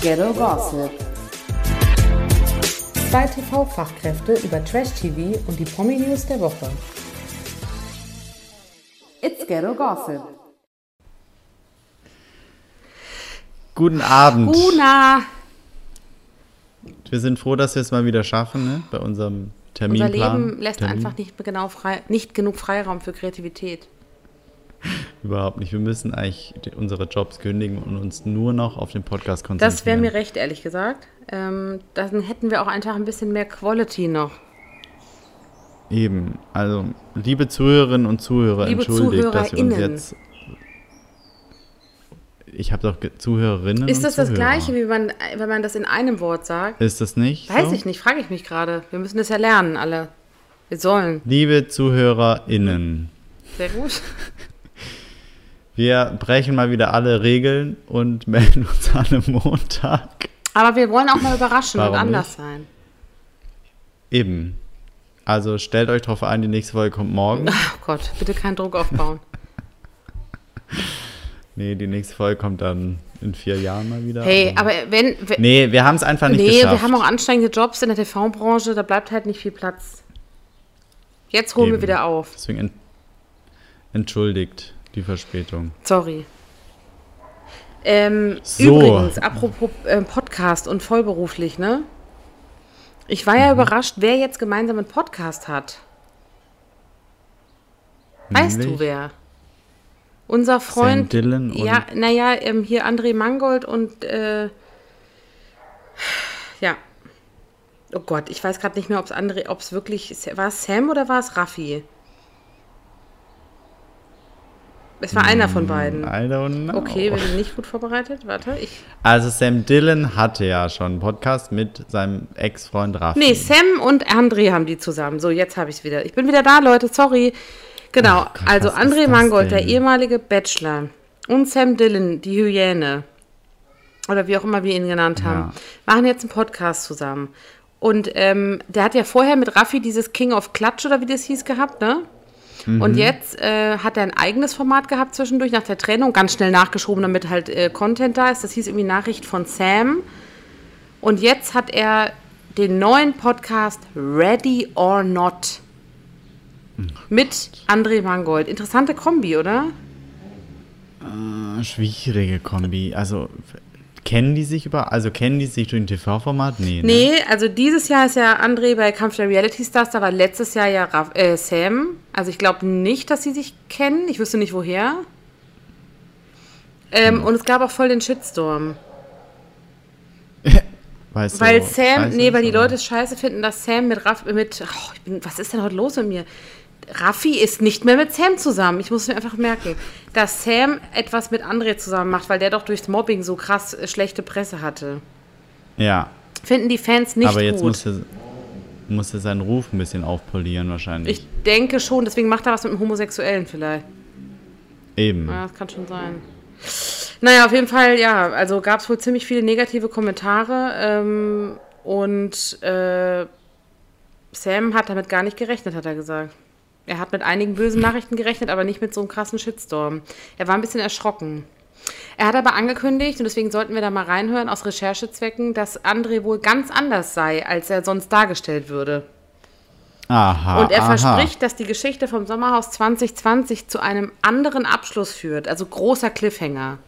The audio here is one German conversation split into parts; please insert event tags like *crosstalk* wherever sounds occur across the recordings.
Ghetto Gossip. Zwei TV-Fachkräfte über Trash-TV und die Promi-News der Woche. It's Ghetto Gossip. Guten Abend. Una, Wir sind froh, dass wir es mal wieder schaffen, ne? bei unserem unser Terminplan. Leben lässt Termin. einfach nicht, mehr genau frei, nicht genug Freiraum für Kreativität. Überhaupt nicht. Wir müssen eigentlich die- unsere Jobs kündigen und uns nur noch auf den Podcast konzentrieren. Das wäre mir recht, ehrlich gesagt. Ähm, dann hätten wir auch einfach ein bisschen mehr Quality noch. Eben. Also, liebe Zuhörerinnen und Zuhörer, Liebe entschuldigt, dass wir uns ZuhörerInnen. jetzt... Ich habe doch ge- Zuhörerinnen Ist das und Zuhörer. das Gleiche, wie man, wenn man das in einem Wort sagt? Ist das nicht Weiß so? ich nicht, frage ich mich gerade. Wir müssen das ja lernen, alle. Wir sollen. Liebe ZuhörerInnen, Sehr gut. wir brechen mal wieder alle Regeln und *laughs* melden uns an einem Montag. Aber wir wollen auch mal überraschen und Warum anders nicht? sein. Eben. Also stellt euch drauf ein, die nächste Folge kommt morgen. *laughs* Oh Gott, bitte keinen Druck aufbauen. Nee, die nächste Folge kommt dann in vier Jahren mal wieder. Hey, aber wenn. wenn Nee, wir haben es einfach nicht nee, geschafft. wir haben auch anstrengende Jobs in der TV-Branche, da bleibt halt nicht viel Platz. Jetzt holen wir Eben. wieder auf. Deswegen ent entschuldigt die Verspätung. Sorry. Ähm, So. Übrigens, apropos äh, Podcast und vollberuflich, ne? Ich war ja Mhm. überrascht, wer jetzt gemeinsam einen Podcast hat. Weißt Nämlich? du wer? Unser Freund. Dillon und- Ja, naja, ähm, hier André Mangold und. Äh, ja. Oh Gott, ich weiß gerade nicht mehr, ob es André, ob es wirklich. War es Sam oder war es Raffi? Es war einer von beiden. I don't know. Okay, wir sind nicht gut vorbereitet. Warte, ich. Also Sam Dillon hatte ja schon einen Podcast mit seinem Ex-Freund Raffi. Nee, Sam und André haben die zusammen. So, jetzt habe ich es wieder. Ich bin wieder da, Leute, sorry. Genau, Oh Gott, also was ist André das Mangold, der denn? ehemalige Bachelor, und Sam Dillon, die Hyäne, oder wie auch immer wir ihn genannt haben, Ja. machen jetzt einen Podcast zusammen. Und ähm, der hat ja vorher mit Raffi dieses King of Klatsch oder wie das hieß gehabt, ne? Und jetzt äh, hat er ein eigenes Format gehabt zwischendurch nach der Trennung, ganz schnell nachgeschoben, damit halt äh, Content da ist. Das hieß irgendwie Nachricht von Sam. Und jetzt hat er den neuen Podcast Ready or Not mit André Mangold. Interessante Kombi, oder? Ah, Schwierige Kombi. Also kennen die sich über, also kennen die sich durch ein TV-Format? Nee. ne? Nee, also dieses Jahr ist ja André bei Kampf der Reality Stars, da war letztes Jahr ja Raf äh, Sam. Also ich glaube nicht, dass sie sich kennen. Ich wüsste nicht, woher. Ähm, Und es gab auch voll den Shitstorm. Weißt du, Weil wo Sam, scheiße nee, weil ist, die oder? Leute es scheiße finden, dass Sam mit Raff, mit, oh, ich bin, was ist denn heute los mit mir? Raffi ist nicht mehr mit Sam zusammen. Ich muss mir einfach merken, dass Sam etwas mit André zusammen macht, weil der doch durchs Mobbing so krass äh, schlechte Presse hatte. Ja, Finden die Fans nicht aber jetzt gut. muss er, muss er seinen Ruf ein bisschen aufpolieren wahrscheinlich. ich denke schon, deswegen macht er was mit einem Homosexuellen vielleicht. Eben. Ja, das kann schon sein. Naja, auf jeden Fall, ja, also gab es wohl ziemlich viele negative Kommentare ähm, und äh, Sam hat damit gar nicht gerechnet, hat er gesagt. Er hat mit einigen bösen Nachrichten gerechnet, aber nicht mit so einem krassen Shitstorm. Er war ein bisschen erschrocken. Er hat aber angekündigt, und deswegen sollten wir da mal reinhören, aus Recherchezwecken, dass André wohl ganz anders sei, als er sonst dargestellt würde. Aha. Und er aha. verspricht, dass die Geschichte vom Sommerhaus 2020 zu einem anderen Abschluss führt. Also großer Cliffhanger.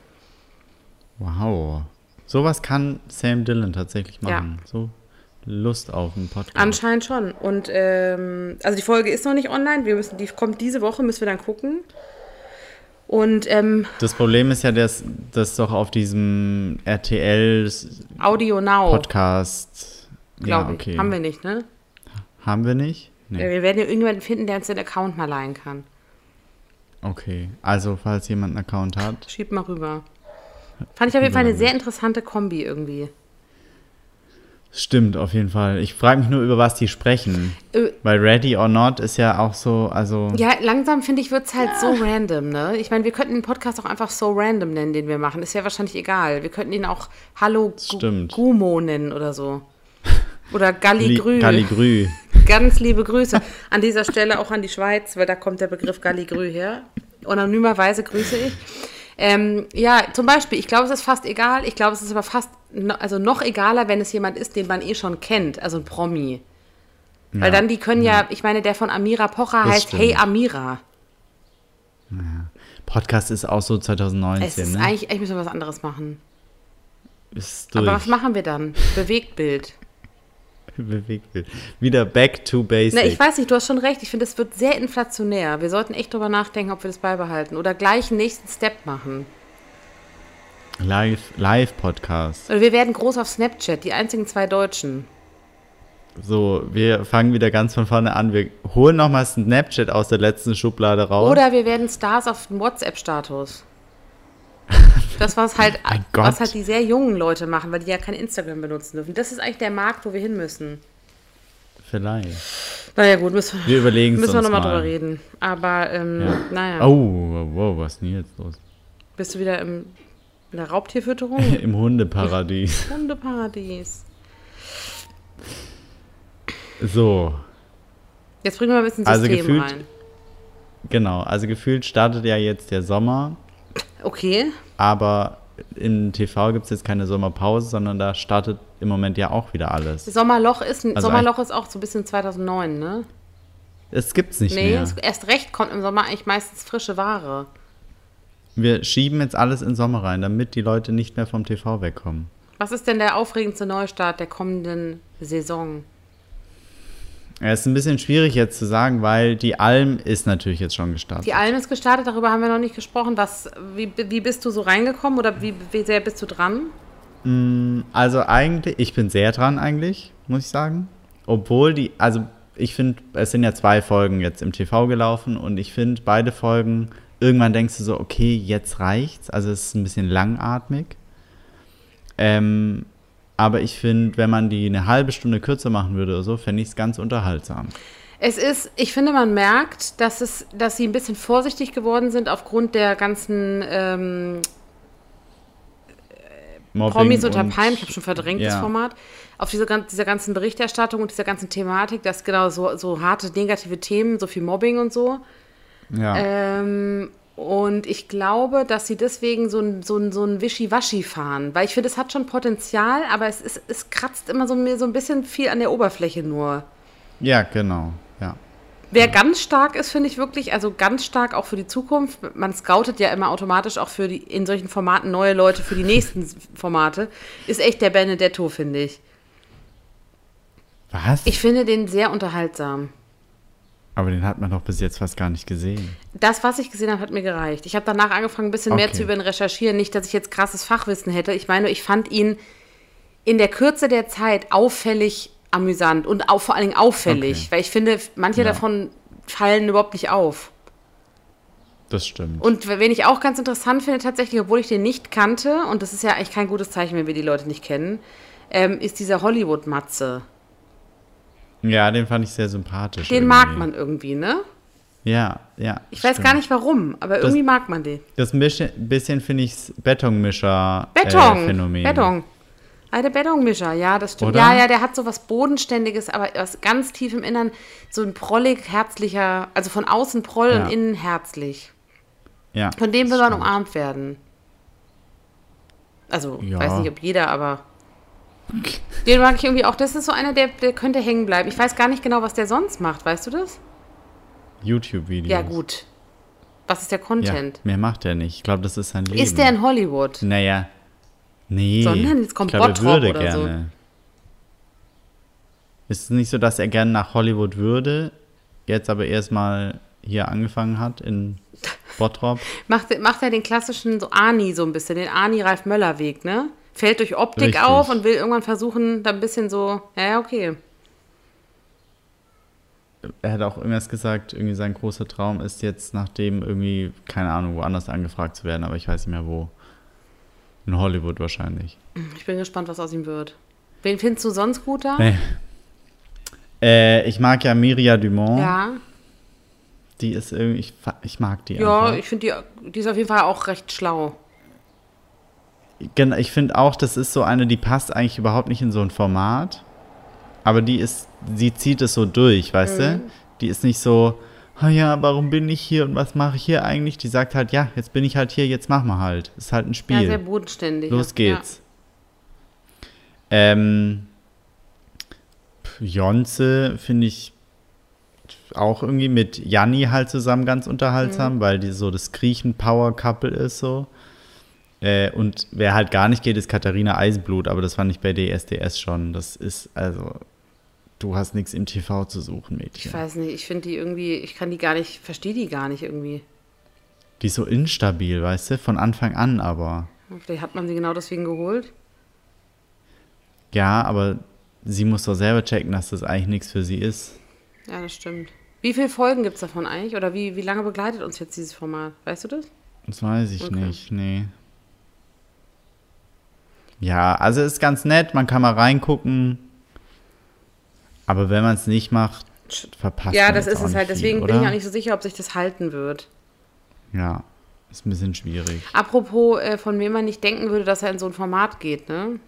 Wow. Sowas kann Sam Dillon tatsächlich Ja. machen. So Lust auf einen Podcast. Anscheinend schon. Und ähm, also die Folge ist noch nicht online. Wir müssen, die kommt diese Woche, müssen wir dann gucken. Und ähm, das Problem ist ja, dass das doch auf diesem RTL Audio Now, Podcast. glaube ja, okay. Oh. ich. Haben wir Äh. nicht, ne? Haben wir nicht? Nee. Wir werden ja irgendjemanden finden, der uns den Account mal leihen kann. Okay. Also, falls jemand einen Account hat. Schieb mal rüber. Fand ich auf jeden Fall eine sehr interessante Kombi irgendwie. Stimmt, auf jeden Fall. Ich frage mich nur, über was die sprechen. Ö- Weil Ready or Not ist ja auch so, also. Ja, langsam finde ich, wird es halt so random, ne? Ich meine, wir könnten den Podcast auch einfach so random nennen, den wir machen. Ist ja wahrscheinlich egal. Wir könnten ihn auch Hallo Gu- Stimmt. Gumo nennen oder so. Oder Li- Galligrü. Galligrü. Ganz liebe Grüße. An dieser Stelle auch an die Schweiz, weil da kommt der Begriff Galligrü her. Anonymerweise grüße ich. Ähm, ja, zum Beispiel, ich glaube, es ist fast egal. Ich glaube, es ist aber fast, no, also noch egaler, wenn es jemand ist, den man eh schon kennt, also ein Promi. Weil dann, die können ja, ich meine, der von Amira Pocher Das heißt stimmt. Hey Amira. Podcast ist auch so Es 2019, ist ne? eigentlich, eigentlich müssen wir was anderes machen. Ist Aber was durch. machen wir dann? Bewegtbild. *laughs* Bewegt wird. Wieder back to basics. Na, Ne, ich weiß nicht, du hast schon recht. Ich finde, es wird sehr inflationär. Wir sollten echt drüber nachdenken, ob wir das beibehalten oder gleich einen nächsten Step machen. Live, live Podcast. Oder wir werden groß auf Snapchat, die einzigen zwei Deutschen. So, wir fangen wieder ganz von vorne an. Wir holen nochmal Snapchat aus der letzten Schublade raus. Oder wir werden Stars auf dem *laughs* WhatsApp-Status. Das, was halt, Mein Gott. was halt die sehr jungen Leute machen, weil die ja kein Instagram benutzen dürfen. Das ist eigentlich der Markt, wo wir hin müssen. Vielleicht. Naja, gut, müssen wir, Wir überlegen es müssen wir uns nochmal mal. drüber reden. Aber, ähm, Ja. naja, Oh, wow, was ist denn jetzt los? *laughs* bist du wieder im, in der Raubtierfütterung? Im Hundeparadies. *laughs* Hundeparadies. So, Jetzt bringen wir mal ein bisschen Also System gefühlt- rein. genau. Also gefühlt startet ja jetzt der Sommer, Okay. aber im TV gibt es jetzt keine Sommerpause, sondern da startet im Moment ja auch wieder alles. Sommerloch ist, Also Sommerloch ist auch so ein bisschen 2009, ne? Es gibt's nicht Nee, mehr. es- erst recht kommt im Sommer eigentlich meistens frische Ware. Wir schieben jetzt alles in den Sommer rein, damit die Leute nicht mehr vom TV wegkommen. Was ist denn der aufregendste Neustart der kommenden Saison? Ja, ist ein bisschen schwierig jetzt zu sagen, weil die Alm ist natürlich jetzt schon gestartet. Die Alm ist gestartet, darüber haben wir noch nicht gesprochen. Was, wie, wie bist du so reingekommen oder wie, wie sehr bist du dran? Also eigentlich, ich bin sehr dran eigentlich, muss ich sagen. Obwohl die, also ich finde, es sind ja zwei Folgen jetzt im TV gelaufen und ich finde beide Folgen, irgendwann denkst du so, okay, jetzt reicht's. Also es ist ein bisschen langatmig. Ähm, aber ich finde, wenn man die eine halbe Stunde kürzer machen würde oder so, fände ich es ganz unterhaltsam. Es ist, ich finde, man merkt, dass, es, dass sie ein bisschen vorsichtig geworden sind aufgrund der ganzen ähm, Mobbing Promis unter und- Palmen, ich habe schon verdrängt das ja. Format, auf diese, gan- dieser ganzen Berichterstattung und dieser ganzen Thematik, dass genau so, so harte negative Themen, so viel Mobbing und so. Ja. Ähm, und ich glaube, dass sie deswegen so ein, so ein, so ein Wischiwaschi fahren, weil ich finde, es hat schon Potenzial, aber es, ist, es kratzt immer so, mir so ein bisschen viel an der Oberfläche nur. ja, genau. Ja. Wer ganz stark ist, finde ich wirklich, also ganz stark auch für die Zukunft. Man scoutet ja immer automatisch auch für die, in solchen Formaten neue Leute für die nächsten Formate, ist echt der Benedetto, finde ich. Was? Ich finde den sehr unterhaltsam. aber den hat man doch bis jetzt fast gar nicht gesehen. Das, was ich gesehen habe, hat mir gereicht. Ich habe danach angefangen, ein bisschen mehr Okay. zu über ihn recherchieren. Nicht, dass ich jetzt krasses Fachwissen hätte. Ich meine, ich fand ihn in der Kürze der Zeit auffällig amüsant und auch, vor allen Dingen auffällig, Okay. weil ich finde, manche Ja. davon fallen überhaupt nicht auf. Das stimmt. Und wen ich auch ganz interessant finde tatsächlich, obwohl ich den nicht kannte, und das ist ja eigentlich kein gutes Zeichen, wenn wir die Leute nicht kennen, ähm, ist dieser Hollywood-Matze. Ja, den fand ich sehr sympathisch. Den irgendwie. mag man irgendwie, ne? Ja, ja. Ich weiß gar nicht warum, aber irgendwie mag man den. Das bisschen, bisschen finde ich Betonmischer. Beton. Äh, Phänomen. Beton. Ah, der Betonmischer, ja, das stimmt. Oder? Ja, ja, der hat so was Bodenständiges, aber aus ganz tiefem Innern so ein prollig, herzlicher, also von außen proll Ja. und innen herzlich. Ja. Von dem will das man stimmt. umarmt werden. Also, ich Ja. weiß nicht, ob jeder, aber. Den mag ich irgendwie auch. Das ist so einer, der, der könnte hängen bleiben. Ich weiß gar nicht genau, was der sonst macht. Weißt du das? YouTube-Videos. um- Ja, gut. Was ist der Ja, Content? mehr macht er nicht. Ich glaube, das ist sein Leben. Ist der in Hollywood? Naja. Nee. Sondern jetzt kommt ich glaube, er Bottrop würde oder so. gerne. Ist es nicht so, dass er gerne nach Hollywood würde, jetzt aber erstmal hier angefangen hat in Bottrop? Macht, macht er den klassischen so Ani so ein bisschen, den Ani-Ralf-Möller-Weg, ne? Fällt durch Optik Richtig. auf und will irgendwann versuchen, da ein bisschen so, ja, ja, okay. er hat auch irgendwas gesagt, irgendwie sein großer Traum ist jetzt, nachdem irgendwie, keine Ahnung, woanders angefragt zu werden, aber ich weiß nicht mehr wo. In Hollywood wahrscheinlich. Ich bin gespannt, was aus ihm wird. Wen findest du sonst gut da? Nee. Äh, ich mag ja Miria Dumont. Ja, Die ist irgendwie, ich, fa- ich mag die ja, einfach. ich finde, die, die ist auf jeden Fall auch recht schlau. Genau, ich finde auch, das ist so eine, die passt eigentlich überhaupt nicht in so ein Mhm. Format. Aber die ist, sie zieht es so durch, weißt du? Die ist nicht so, oh ja, warum bin ich hier und was mache ich hier eigentlich? Die sagt halt, ja, jetzt bin ich halt hier, jetzt machen wir halt. Ist halt ein Spiel. Ja, sehr bodenständig. Los ja. geht's. Ähm, pf, Jonze finde ich auch irgendwie mit Janni halt zusammen ganz Mhm. unterhaltsam, weil die so das Griechen-Power-Couple ist so. Äh, und wer halt gar nicht geht, ist Katharina Eisenblut, aber das fand ich bei DSDS schon. Das ist also, du hast nichts im TV zu suchen, Ja. Mädchen. Ich weiß nicht, ich finde die irgendwie, ich kann die gar nicht, verstehe die gar nicht irgendwie. Die ist so instabil, weißt du, von Anfang an aber. Vielleicht hat man sie genau deswegen geholt. Ja, aber sie muss doch selber checken, dass das eigentlich nichts für sie ist. Ja, das stimmt. Wie viele Folgen gibt es davon eigentlich? Oder wie, wie lange begleitet uns jetzt dieses Format? Weißt du das? Das weiß ich Okay. nicht, nee. Ja, also ist ganz nett, man kann mal reingucken. Aber wenn man es nicht macht, verpasst ja, man das jetzt ist auch es halt. nicht Deswegen viel, bin ich oder? auch nicht so sicher, ob sich das halten wird. Ja, ist ein bisschen schwierig. Apropos, äh, von wem man nicht denken würde, dass er in so ein Format geht, ne?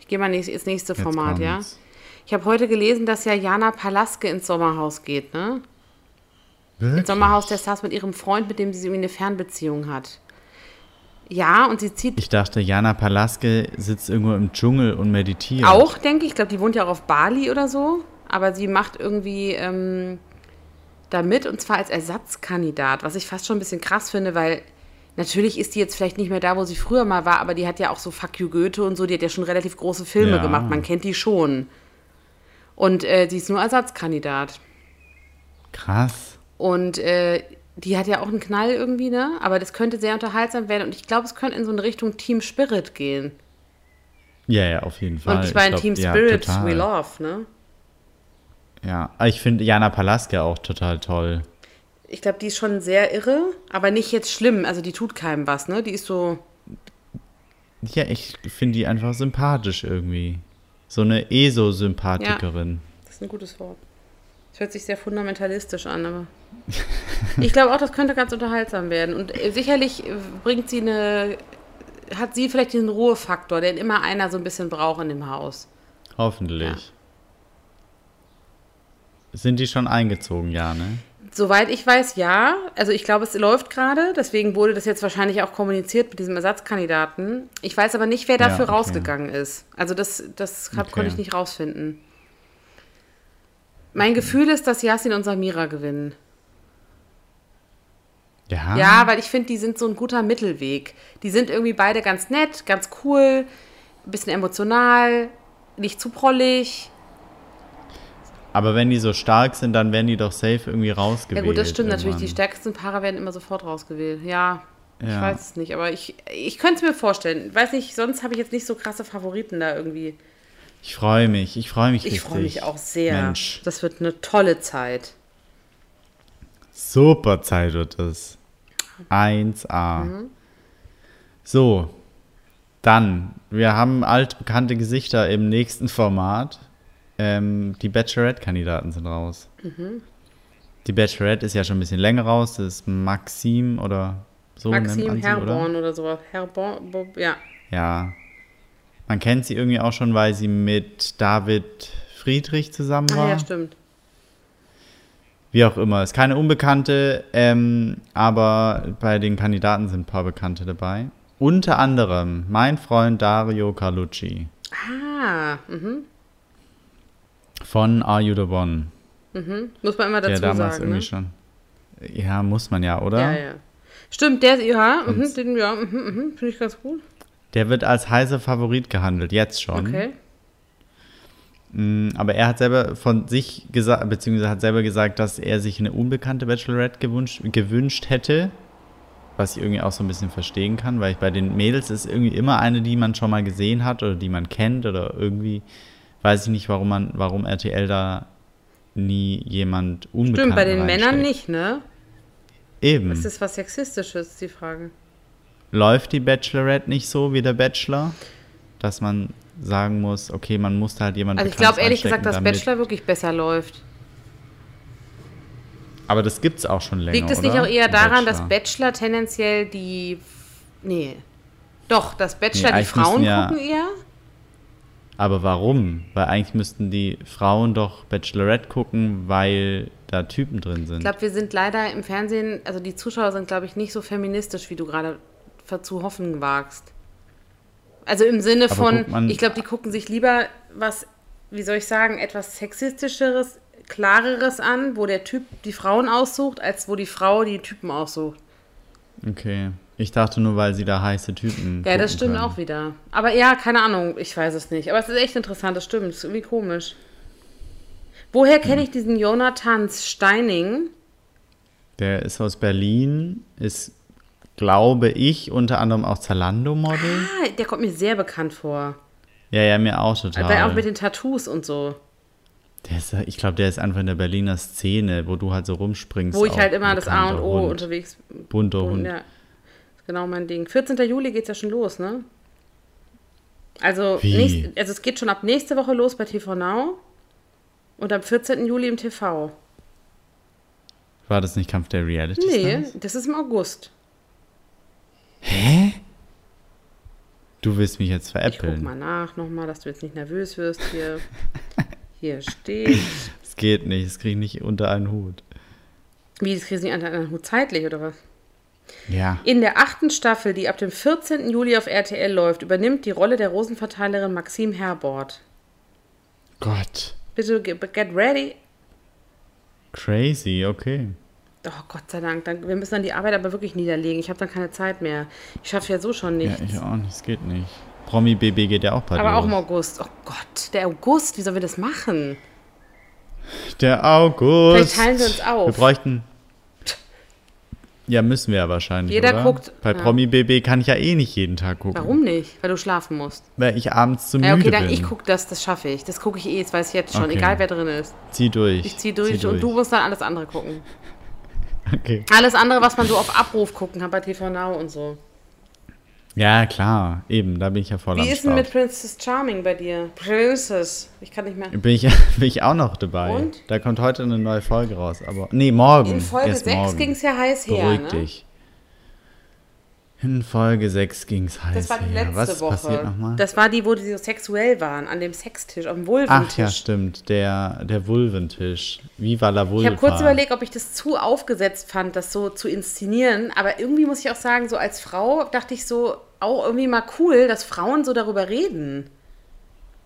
Ich gehe mal nächst, ins nächste Jetzt Format, ja? kommt's. Ich habe heute gelesen, dass ja Jana Palaske ins Sommerhaus geht, ne? Wirklich? Ins Sommerhaus der Stars mit ihrem Freund, mit dem sie irgendwie eine Fernbeziehung hat. Ja, und sie zieht Ich dachte, Jana Palaske sitzt irgendwo im Dschungel und meditiert. Auch, denke ich. Ich glaube, die wohnt ja auch auf Bali oder so. Aber sie macht irgendwie ähm, da mit und zwar als Ersatzkandidat, was ich fast schon ein bisschen krass finde, weil natürlich ist die jetzt vielleicht nicht mehr da, wo sie früher mal war, aber die hat ja auch so Fuck You Goethe und so, die hat ja schon relativ große Filme Ja. gemacht. Man kennt die schon. Und äh, sie ist nur Ersatzkandidat. Krass. Und äh, die hat ja auch einen Knall irgendwie, ne? Aber das könnte sehr unterhaltsam werden und ich glaube, es könnte in so eine Richtung Team Spirit gehen. Ja, ja, auf jeden Fall. Und ich meine, glaub, Team ja, Spirit, total. we love, ne? Ja, aber ich finde Jana Palaske auch total toll. Ich glaube, die ist schon sehr irre, aber nicht jetzt schlimm. Also die tut keinem was, ne? Die ist so. Ja, ich finde die einfach sympathisch irgendwie. So eine ESO-Sympathikerin. Das ist ein gutes Wort. Das hört sich sehr fundamentalistisch an, aber. ich glaube auch, das könnte ganz unterhaltsam werden. Und äh, sicherlich äh, bringt sie eine. Hat sie vielleicht diesen Ruhefaktor, den immer einer so ein bisschen braucht in dem Haus. Hoffentlich. Sind die schon eingezogen, ja, ne? Soweit ich weiß, ja. Also ich glaube, es läuft gerade. Deswegen wurde das jetzt wahrscheinlich auch kommuniziert mit diesem Ersatzkandidaten. Ich weiß aber nicht, wer Ja, dafür okay. rausgegangen ist. Also das, das hab, Okay. konnte ich nicht rausfinden. Mein Gefühl ist, dass Yasin und Samira gewinnen. Ja. Ja, weil ich finde, die sind so ein guter Mittelweg. Die sind irgendwie beide ganz nett, ganz cool, ein bisschen emotional, nicht zu prollig. Aber wenn die so stark sind, dann werden die doch safe irgendwie Ja rausgewählt. gut, das stimmt natürlich. Die irgendwann. stärksten Paare werden immer sofort rausgewählt. Ja, ich Ja. weiß es nicht, aber ich, ich könnte es mir vorstellen. Weiß nicht, sonst habe ich jetzt nicht so krasse Favoriten da irgendwie. Ich freue mich, ich freue mich Ich richtig. freue mich auch sehr. Mensch, Das wird eine tolle Zeit. super Zeit wird das. 1A. Mhm. So, dann, wir haben altbekannte Gesichter im nächsten Format. Ähm, die Bachelorette-Kandidaten sind raus. Mhm. Die Bachelorette ist ja schon ein bisschen länger raus. Das ist Maxim oder so nennt Maxim man sie, oder? Herborn oder sowas. Herborn, bo- ja. Ja. Man kennt sie irgendwie auch schon, weil sie mit David Friedrich zusammen Ah, war. ja, stimmt. Wie auch immer. Ist keine Unbekannte, ähm, aber bei den Kandidaten sind ein paar Bekannte dabei. Unter anderem mein Freund Dario Carlucci Ah, mhm. von Are You the One. muss man immer Der dazu damals sagen. irgendwie Ne? schon. Ja, muss man ja, oder? Ja, ja. Stimmt, der, ja, mhm, den, ja, mhm, mhm, finde ich ganz gut. Der wird als heißer Favorit gehandelt, jetzt schon. Okay. Mm, Aber er hat selber von sich gesagt, beziehungsweise hat selber gesagt, dass er sich eine unbekannte Bachelorette gewünscht, gewünscht hätte. Was ich irgendwie auch so ein bisschen verstehen kann, weil ich bei den Mädels ist irgendwie immer eine, die man schon mal gesehen hat oder die man kennt oder irgendwie weiß ich nicht, warum man, warum RTL da nie jemand unbekannt Stimmt, bei den Männern nicht, ne? Eben. Ist Mhm. das was Sexistisches, ist die Frage. Läuft die Bachelorette nicht so wie der Bachelor, dass man sagen muss, okay, man muss da halt jemanden Also ich Bekanntes glaube ehrlich gesagt, dass reinstecken, damit- Bachelor wirklich besser läuft. Aber das gibt's auch schon länger. Liegt es oder? nicht auch eher Im daran, dass Bachelor. Bachelor tendenziell die. Nee. Doch, dass Bachelor die eigentlich müssen Frauen ja- gucken eher? Aber warum? Weil eigentlich müssten die Frauen doch Bachelorette gucken, weil da Typen drin sind. Ich glaube, wir sind leider im Fernsehen, also die Zuschauer sind, glaube ich, nicht so feministisch, wie du gerade zu hoffen wagst. Also im Sinne Aber guckt von, man- ich glaube, die gucken sich lieber was, wie soll ich sagen, etwas sexistischeres, klareres an, wo der Typ die Frauen aussucht, als wo die Frau die Typen aussucht. okay. Ich dachte nur, weil sie da heiße Typen. Ja, das gucken stimmt können. auch wieder. Aber ja, keine Ahnung, ich weiß es nicht. Aber es ist echt interessant, das stimmt. Es ist irgendwie komisch. Woher kenne ich diesen Jonathan Steining? Der ist aus Berlin, ist, glaube ich, unter anderem auch Zalando-Model. Ah, der kommt mir sehr bekannt vor. Ja, ja, mir auch total. Weil auch mit den Tattoos und so. der ist, ich glaube, der ist einfach in der Berliner Szene, wo du halt so rumspringst. Wo ich auch halt immer das A und bekannter O Hund. unterwegs bin. Bunter Hund. Ja, ist genau mein Ding. 14. Juli geht's ja schon los, ne? Also, Wie? nächst, also es geht schon ab nächste Woche los bei TV Now und am 14. Juli im TV. War das nicht Kampf der Reality Nee, Stars? das ist im August. Du willst mich jetzt Ich guck mal veräppeln. nach nochmal, dass du jetzt nicht nervös wirst *laughs* hier. Hier steht. Es geht nicht, es kriege ich nicht unter einen Hut. Wie, das kriegen sie an einen Hut zeitlich oder was? Ja. In der achten Staffel, die ab dem 14. Juli auf RTL läuft, übernimmt die Rolle der Rosenverteilerin Maxim Herbort. Gott. Bitte ge- get ready. Crazy, okay. Oh Gott sei Dank, dann, wir müssen dann die Arbeit aber wirklich niederlegen. Ich habe dann keine Zeit mehr. Ich schaffe ja so schon nichts. Ja, ich auch nicht, es geht nicht. Promi BB geht ja auch bald aber auch im los. August. Oh Gott, der August, wie sollen wir das machen? Der August. Vielleicht teilen wir uns auf. Wir bräuchten. Ja, müssen wir ja wahrscheinlich. Jeder oder? guckt- Bei ja. Promi BB kann ich ja eh nicht jeden Tag gucken. Warum nicht? Weil du schlafen musst. Weil ich abends zu müde Ja, okay, dann bin. ich gucke das, das schaffe ich. Das gucke ich eh, das weiß ich jetzt schon. Okay. Egal wer drin ist. zieh durch. Ich zieh durch, und *laughs* du musst dann alles andere gucken. Okay. Alles andere, was man so auf Abruf gucken kann bei TV Now und so. Ja, klar. Eben, da bin ich ja voll am Wie ist denn mit Start. Princess Charming bei dir? Princess. Ich kann nicht mehr. Bin ich, *laughs* bin ich auch noch dabei. Und? Da kommt heute eine neue Folge raus. Aber nee, morgen. In Folge Erst 6 morgen. ging es ja heiß her. Beruhig ne? dich. In Folge 6 ging es heiß. Das war die her. letzte Was Woche. passiert nochmal? Das war die, wo die so sexuell waren, an dem Sextisch, auf dem Vulventisch. Ach ja, stimmt. Der, der Vulventisch. Viva la Vulva. ich habe kurz überlegt, ob ich das zu aufgesetzt fand, das so zu inszenieren. Aber irgendwie muss ich auch sagen, so als Frau dachte ich so, auch irgendwie mal cool, dass Frauen so darüber reden.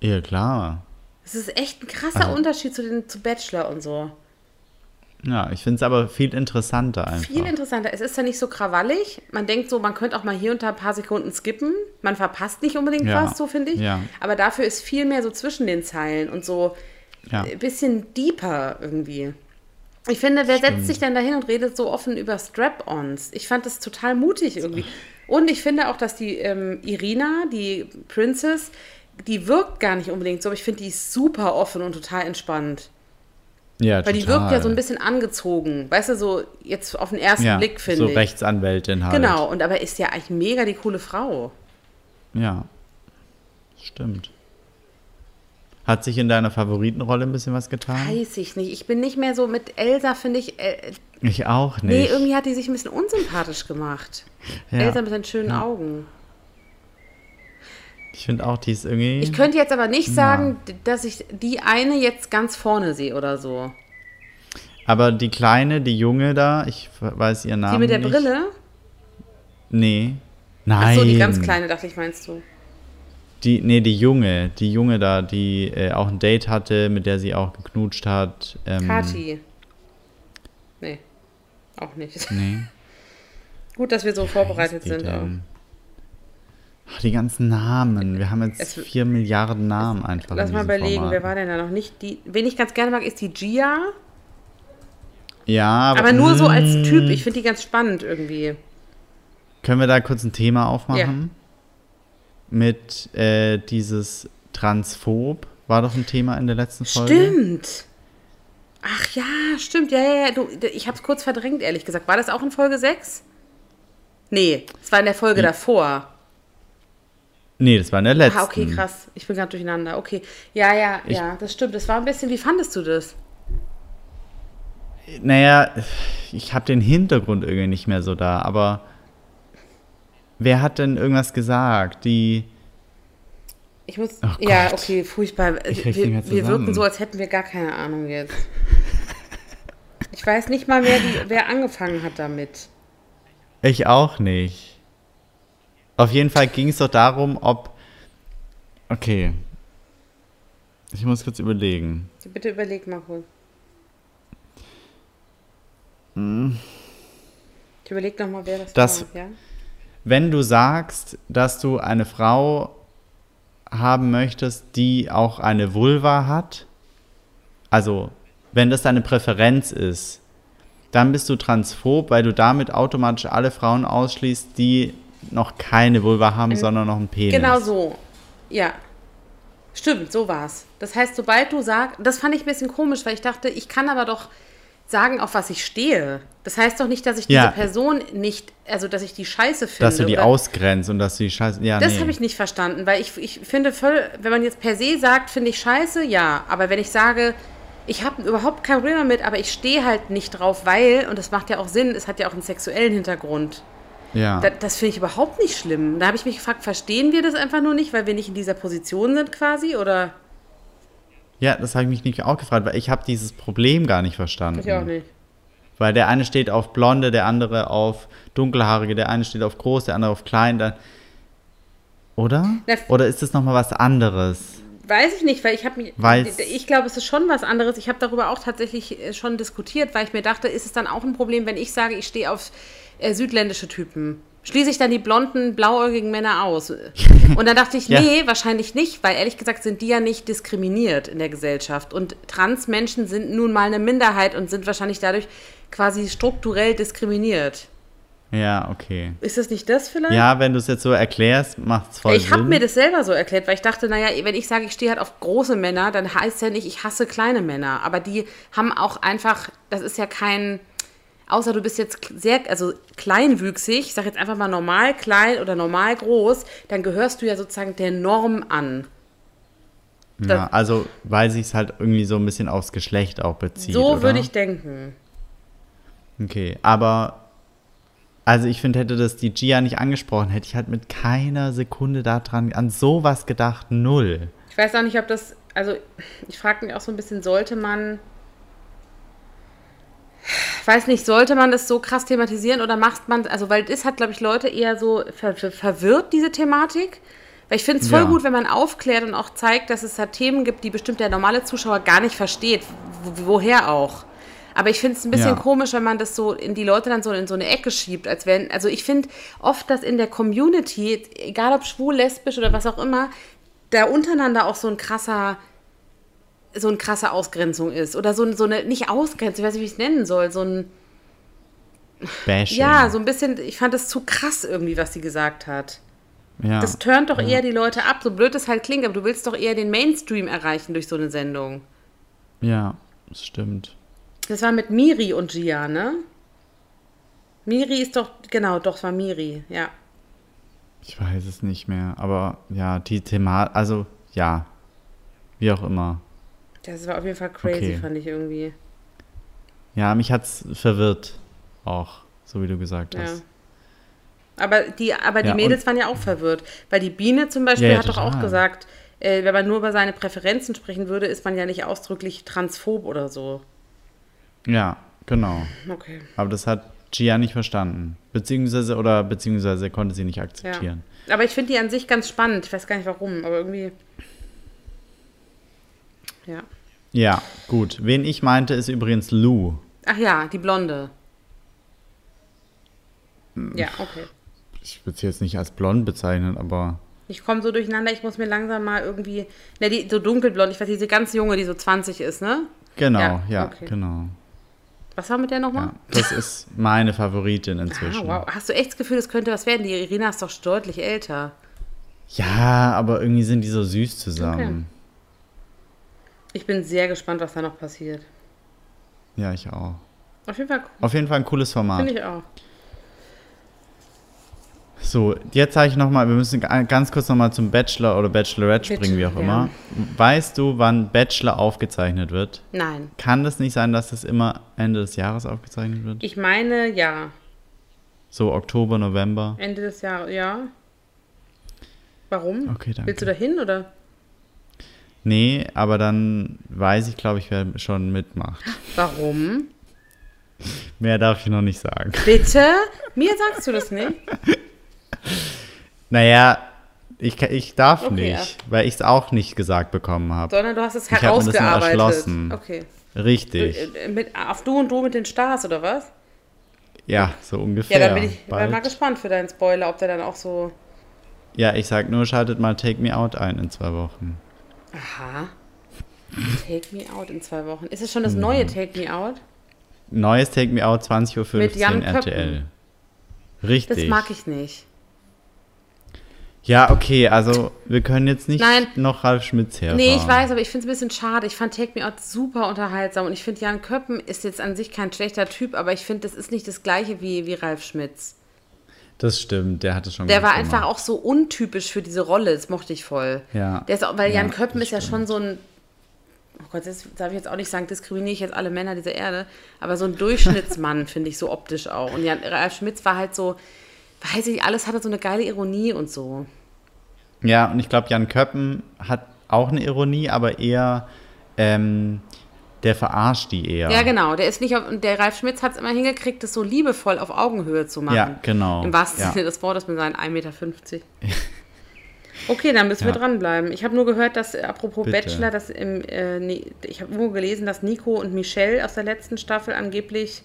Ja, klar. Das ist echt ein krasser Also- Unterschied zu, den, zu Bachelor und so. Ja, ich finde es aber viel interessanter einfach. Viel interessanter. Es ist ja nicht so krawallig. Man denkt so, man könnte auch mal hier und da ein paar Sekunden skippen. Man verpasst nicht unbedingt Ja. was, so finde ich. Ja. Aber dafür ist viel mehr so zwischen den Zeilen und so ja. ein bisschen deeper irgendwie. Ich finde, wer setzt sich denn dahin und redet so offen über Strap-ons? Ich fand das total mutig irgendwie. Und ich finde auch, dass die ähm, Irina, die Princess, die wirkt gar nicht unbedingt so, aber ich finde, die ist super offen und total entspannt. ja, Weil total. die wirkt ja so ein bisschen angezogen. Weißt du, so jetzt auf den ersten Ja, Blick, finde So ich. Rechtsanwältin halt. Genau, und aber ist ja eigentlich mega die coole Frau. Ja. Stimmt. Hat sich in deiner Favoritenrolle ein bisschen was getan? Weiß ich nicht. Ich bin nicht mehr so mit Elsa, finde ich. Äh, Ich auch nee, nicht. irgendwie hat die sich ein bisschen unsympathisch gemacht. ja. Elsa mit seinen schönen Augen. Ich finde auch, die ist irgendwie. Ich könnte jetzt aber nicht sagen, d- dass ich die eine jetzt ganz vorne sehe oder so. aber die Kleine, die Junge da, ich weiß ihren Namen. die mit der nicht. Brille? Nee. Nein. Ach so, die ganz kleine, dachte ich, meinst du. Die, nee, die Junge, die Junge da, die äh, auch ein Date hatte, mit der sie auch geknutscht hat. Ähm, Kati. Nee, auch nicht. Nee. Gut, dass wir so vorbereitet sind. Auch. Ach, die ganzen Namen. Wir haben jetzt Es- vier Milliarden Namen einfach. Lass in mal diesem überlegen, Format. wer war denn da noch nicht? Die, wen ich ganz gerne mag, ist die Gia. Ja, aber, Aber nur so als Mm, Typ. Ich finde die ganz spannend irgendwie. Können wir da kurz ein Thema aufmachen? Mit äh, dieses Transphob war doch ein Thema in der letzten Folge. Stimmt. Ach ja, stimmt. Ja, ja, ja. Du, d- ich habe es kurz verdrängt, ehrlich gesagt. War das auch in Folge 6? Nee, es war in der Folge davor. Nee, das war in der Hm. letzten. Ah, okay, krass. Ich bin gerade durcheinander. Okay. Ja, ja, Ich- ja, das stimmt. Das war ein bisschen, wie fandest du das? Naja, ich habe den Hintergrund irgendwie nicht mehr so da, aber wer hat denn irgendwas gesagt? Die Ich muss. Oh ja, Gott. okay, furchtbar. Ich krieg's nicht mehr wir, wir wirken zusammen. so, als hätten wir gar keine Ahnung jetzt. Ich weiß nicht mal, wer, die, wer angefangen hat damit. Ich auch nicht. Auf jeden Fall ging es doch darum, ob. Okay. Ich muss kurz überlegen. Bitte überleg mal kurz. Ich überleg noch mal, wer das, Hm. Das- war. Ja? Wenn du sagst, dass du eine Frau haben möchtest, die auch eine Vulva hat, also wenn das deine Präferenz ist, dann bist du transphob, weil du damit automatisch alle Frauen ausschließt, die noch keine Vulva haben, sondern noch einen Penis. Genau so. Ja. Stimmt, so war's. Das heißt, sobald du sagst, das fand ich ein bisschen komisch, weil ich dachte, ich kann aber doch sagen, auf was ich stehe. Das heißt doch nicht, dass ich Ja. diese Person nicht, also dass ich die scheiße finde. Dass du die oder- ausgrenzt und dass du die Scheiße. Ja, Das nee. habe ich nicht verstanden, weil ich, ich finde voll, wenn man jetzt per se sagt, finde ich scheiße, ja. Aber wenn ich sage, ich habe überhaupt kein Problem damit, aber ich stehe halt nicht drauf, weil, und das macht ja auch Sinn, es hat ja auch einen sexuellen Hintergrund. ja. Da, das finde ich überhaupt nicht schlimm. Da habe ich mich gefragt, verstehen wir das einfach nur nicht, weil wir nicht in dieser Position sind quasi? Oder? ja, das habe ich mich nicht auch gefragt, weil ich habe dieses Problem gar nicht verstanden. Ich auch nicht. Weil der eine steht auf Blonde, der andere auf Dunkelhaarige, der eine steht auf Groß, der andere auf Klein. Dann Oder? Na, Oder ist das nochmal was anderes? Weiß ich nicht, weil ich habe mich. Weiß- Ich glaube, es ist schon was anderes. Ich habe darüber auch tatsächlich äh, schon diskutiert, weil ich mir dachte, ist es dann auch ein Problem, wenn ich sage, ich stehe auf äh, südländische Typen? Schließe ich dann die blonden, blauäugigen Männer *laughs* aus? Und dann dachte ich, Ja. nee, wahrscheinlich nicht, weil ehrlich gesagt sind die ja nicht diskriminiert in der Gesellschaft. Und Transmenschen sind nun mal eine Minderheit und sind wahrscheinlich dadurch quasi strukturell diskriminiert. Ja, okay. Ist das nicht das vielleicht? Ja, wenn du es jetzt so erklärst, macht's voll ich habe Sinn. mir das selber so erklärt, weil ich dachte, naja, wenn ich sage, ich stehe halt auf große Männer, dann heißt ja nicht, ich hasse kleine Männer. Aber die haben auch einfach, das ist ja kein, außer du bist jetzt k- sehr, also kleinwüchsig, ich sage jetzt einfach mal normal klein oder normal groß, dann gehörst du ja sozusagen der Norm an. ja, also, weil sich's halt irgendwie so ein bisschen aufs Geschlecht auch bezieht. so oder? würde ich denken. Okay, aber. Also ich finde, hätte das die Gia nicht angesprochen, hätte ich halt mit keiner Sekunde daran an sowas gedacht, null. Ich weiß auch nicht, ob das, also ich frage mich auch so ein bisschen, sollte man, weiß nicht, sollte man das so krass thematisieren oder macht man, also weil das hat, glaube ich, Leute eher so ver ver verwirrt, diese Thematik. Weil ich finde es voll Ja. gut, wenn man aufklärt und auch zeigt, dass es da Themen gibt, die bestimmt der normale Zuschauer gar nicht versteht, wo- woher auch. Aber ich finde es ein bisschen Ja. komisch, wenn man das so in die Leute dann so in so eine Ecke schiebt, als wenn, also ich finde oft, dass in der Community, egal ob schwul, lesbisch oder was auch immer, da untereinander auch so ein krasser, so eine krasse Ausgrenzung ist. Oder so, ein- so eine, nicht Ausgrenzung, ich weiß nicht, wie ich es nennen soll, so ein, Bashing. ja, so ein bisschen, ich fand das zu krass irgendwie, was sie gesagt hat. Ja. Das turnt doch eher die Leute ab, so blöd es halt klingt, aber du willst doch eher den Mainstream erreichen durch so eine Sendung. ja, das stimmt. Das war mit Miri und Gia, ne? Miri ist doch, genau, doch, es war Miri, ja. Ich weiß es nicht mehr, aber ja, die Thematik, also ja, wie auch immer. Das war auf jeden Fall crazy, Okay. fand ich irgendwie. Ja, mich hat's verwirrt auch, so wie du gesagt Ja. hast. Aber die, aber die Ja, und- Mädels waren ja auch verwirrt, weil die Biene zum Beispiel Ja, ja, hat doch auch total. gesagt, äh, wenn man nur über seine Präferenzen sprechen würde, ist man ja nicht ausdrücklich transphob oder so. Ja, genau. Okay. Aber das hat Gia nicht verstanden. Beziehungsweise, oder beziehungsweise konnte sie nicht Ja. akzeptieren. Aber ich finde die an sich ganz spannend. Ich weiß gar nicht warum, aber irgendwie. Ja. Ja. gut. Wen ich meinte, ist übrigens Lou. Ach ja, die Blonde. Hm. Ja, okay. Ich würde sie jetzt nicht als blond bezeichnen, aber Ich komme so durcheinander, ich muss mir langsam mal irgendwie. Ne, die so dunkelblond, ich weiß, diese ganz junge, die so 20 ist, ne? genau, Ja, ja, okay. genau. Was war mit der nochmal? Ja. Das ist meine Favoritin Ah, inzwischen. wow. Hast du echt das Gefühl, es könnte was werden? Die Irina ist doch deutlich älter. Ja, aber irgendwie sind die so süß zusammen. Ich bin sehr gespannt, was da noch passiert. Ja, ich auch. Auf jeden Fall cool. Auf jeden Fall ein cooles Format. Finde ich auch. So, jetzt sage ich nochmal, wir müssen ga- ganz kurz nochmal zum Bachelor oder Bachelorette springen, wie auch Bachelor, immer. Weißt du, wann Bachelor aufgezeichnet wird? Nein. Kann das nicht sein, dass das immer Ende des Jahres aufgezeichnet wird? Ich meine, ja. So Oktober, November. Ende des Jahres, ja. Warum? Okay, danke. Willst du da hin oder? Nee, aber dann weiß ich, glaube ich, wer schon mitmacht. Warum? Mehr darf ich noch nicht sagen. Bitte? Mir sagst du das nicht? Naja, ich, ka- ich darf Okay, nicht, weil ich es auch nicht gesagt bekommen habe. Sondern du hast es hab mir das nur herausgearbeitet. erschlossen. Okay. Du, Richtig. äh, mit, auf du und du mit den Stars, oder was? Ja, so ungefähr. Ja, dann bin ich Bald. mal gespannt für deinen Spoiler, ob der dann auch so. Ja, ich sag nur, schaltet mal Take Me Out ein in zwei Wochen. Aha. Take Me Out in zwei Wochen. Ist es schon das Hm. neue Take Me Out? Neues Take Me Out 20.15 Jan Uhr RTL. Richtig. Das mag ich nicht. Ja, okay, also wir können jetzt nicht Nein. noch Ralf Schmitz herfahren. Nee, ich weiß, aber ich finde es ein bisschen schade. Ich fand Take Me Out super unterhaltsam und ich finde, Jan Köppen ist jetzt an sich kein schlechter Typ, aber ich finde, das ist nicht das gleiche wie, wie Ralf Schmitz. Das stimmt, der hatte schon Der gut war einfach gemacht. auch so untypisch für diese Rolle, das mochte ich voll. Ja. Der ist auch, weil Ja, Jan Köppen das ist ja schon stimmt. so ein, oh Gott, das darf ich jetzt auch nicht sagen, diskriminiere ich jetzt alle Männer dieser Erde, aber so ein *laughs* Durchschnittsmann finde ich so optisch auch. Und Jan, Ralf Schmitz war halt so, weiß ich, nicht, alles hatte so eine geile Ironie und so. Ja, und ich glaube, Jan Köppen hat auch eine Ironie, aber eher, ähm, der verarscht die eher. Ja, genau. Der ist nicht auf, und der Ralf Schmitz hat es immer hingekriegt, das so liebevoll auf Augenhöhe zu machen. Ja, genau. Im wahrsten Ja. Sinne des Wortes mit seinen 1,50 *laughs* Meter. Okay, dann müssen Ja. wir dranbleiben. Ich habe nur gehört, dass, äh, apropos Bitte. Bachelor, dass im, äh, nee, ich habe irgendwo gelesen, dass Nico und Michelle aus der letzten Staffel angeblich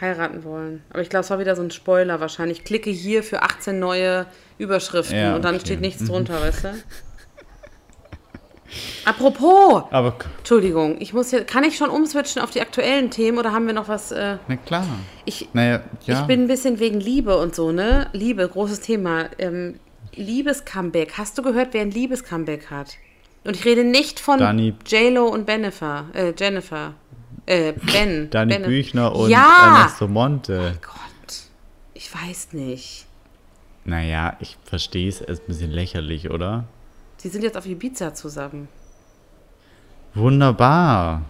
heiraten wollen. Aber ich glaube, es war wieder so ein Spoiler wahrscheinlich. Klicke hier für 18 neue Überschriften Ja, und dann okay. Mhm. steht nichts drunter, weißt du? *laughs* Apropos, Aber k- Entschuldigung, ich muss hier, kann ich schon umswitchen auf die aktuellen Themen oder haben wir noch was? Äh, na klar. ich, Naja, ja. ich bin ein bisschen wegen Liebe und so, ne? Liebe, großes Thema. Ähm, Liebes-Comeback. Hast du gehört, wer ein Liebes-Comeback hat? Und ich rede nicht von Dani- J-Lo und Bennifer, äh, Jennifer. Äh, Ben. *coughs* Dani Benef- Büchner und Ja! Ernesto Monte. Gott, ich weiß nicht. Naja, ich verstehe es, ist ein bisschen lächerlich, oder? Sie sind jetzt auf Ibiza zusammen. Wunderbar.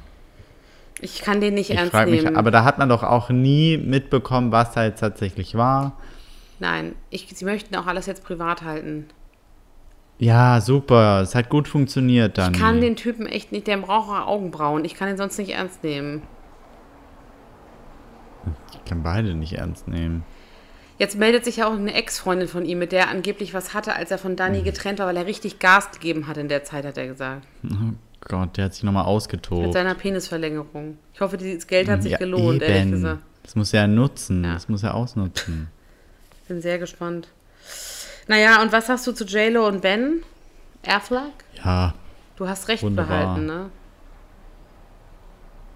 Ich kann den nicht Ich ernst frage mich, nehmen. aber da hat man doch auch nie mitbekommen, was da jetzt tatsächlich war. Nein, ich, sie möchten auch alles jetzt privat halten. Ja, super. Es hat gut funktioniert dann. Ich kann den Typen echt nicht, der braucht auch Augenbrauen. Ich kann ihn sonst nicht ernst nehmen. ich kann beide nicht ernst nehmen. Jetzt meldet sich ja auch eine Ex-Freundin von ihm, mit der er angeblich was hatte, als er von Hm. Dani getrennt war, weil er richtig Gas gegeben hat in der Zeit, hat er gesagt. Oh Gott, der hat sich nochmal Mit ausgetobt. seiner Penisverlängerung. Ich hoffe, dieses Geld hat sich Ja, gelohnt, ehrlich gesagt. Das muss er nutzen. Ja. Das muss er ausnutzen. Ich bin sehr gespannt. Naja, und was sagst du zu JLo und Ben? Affleck? Ja, Du hast recht Wunderbar. behalten, ne?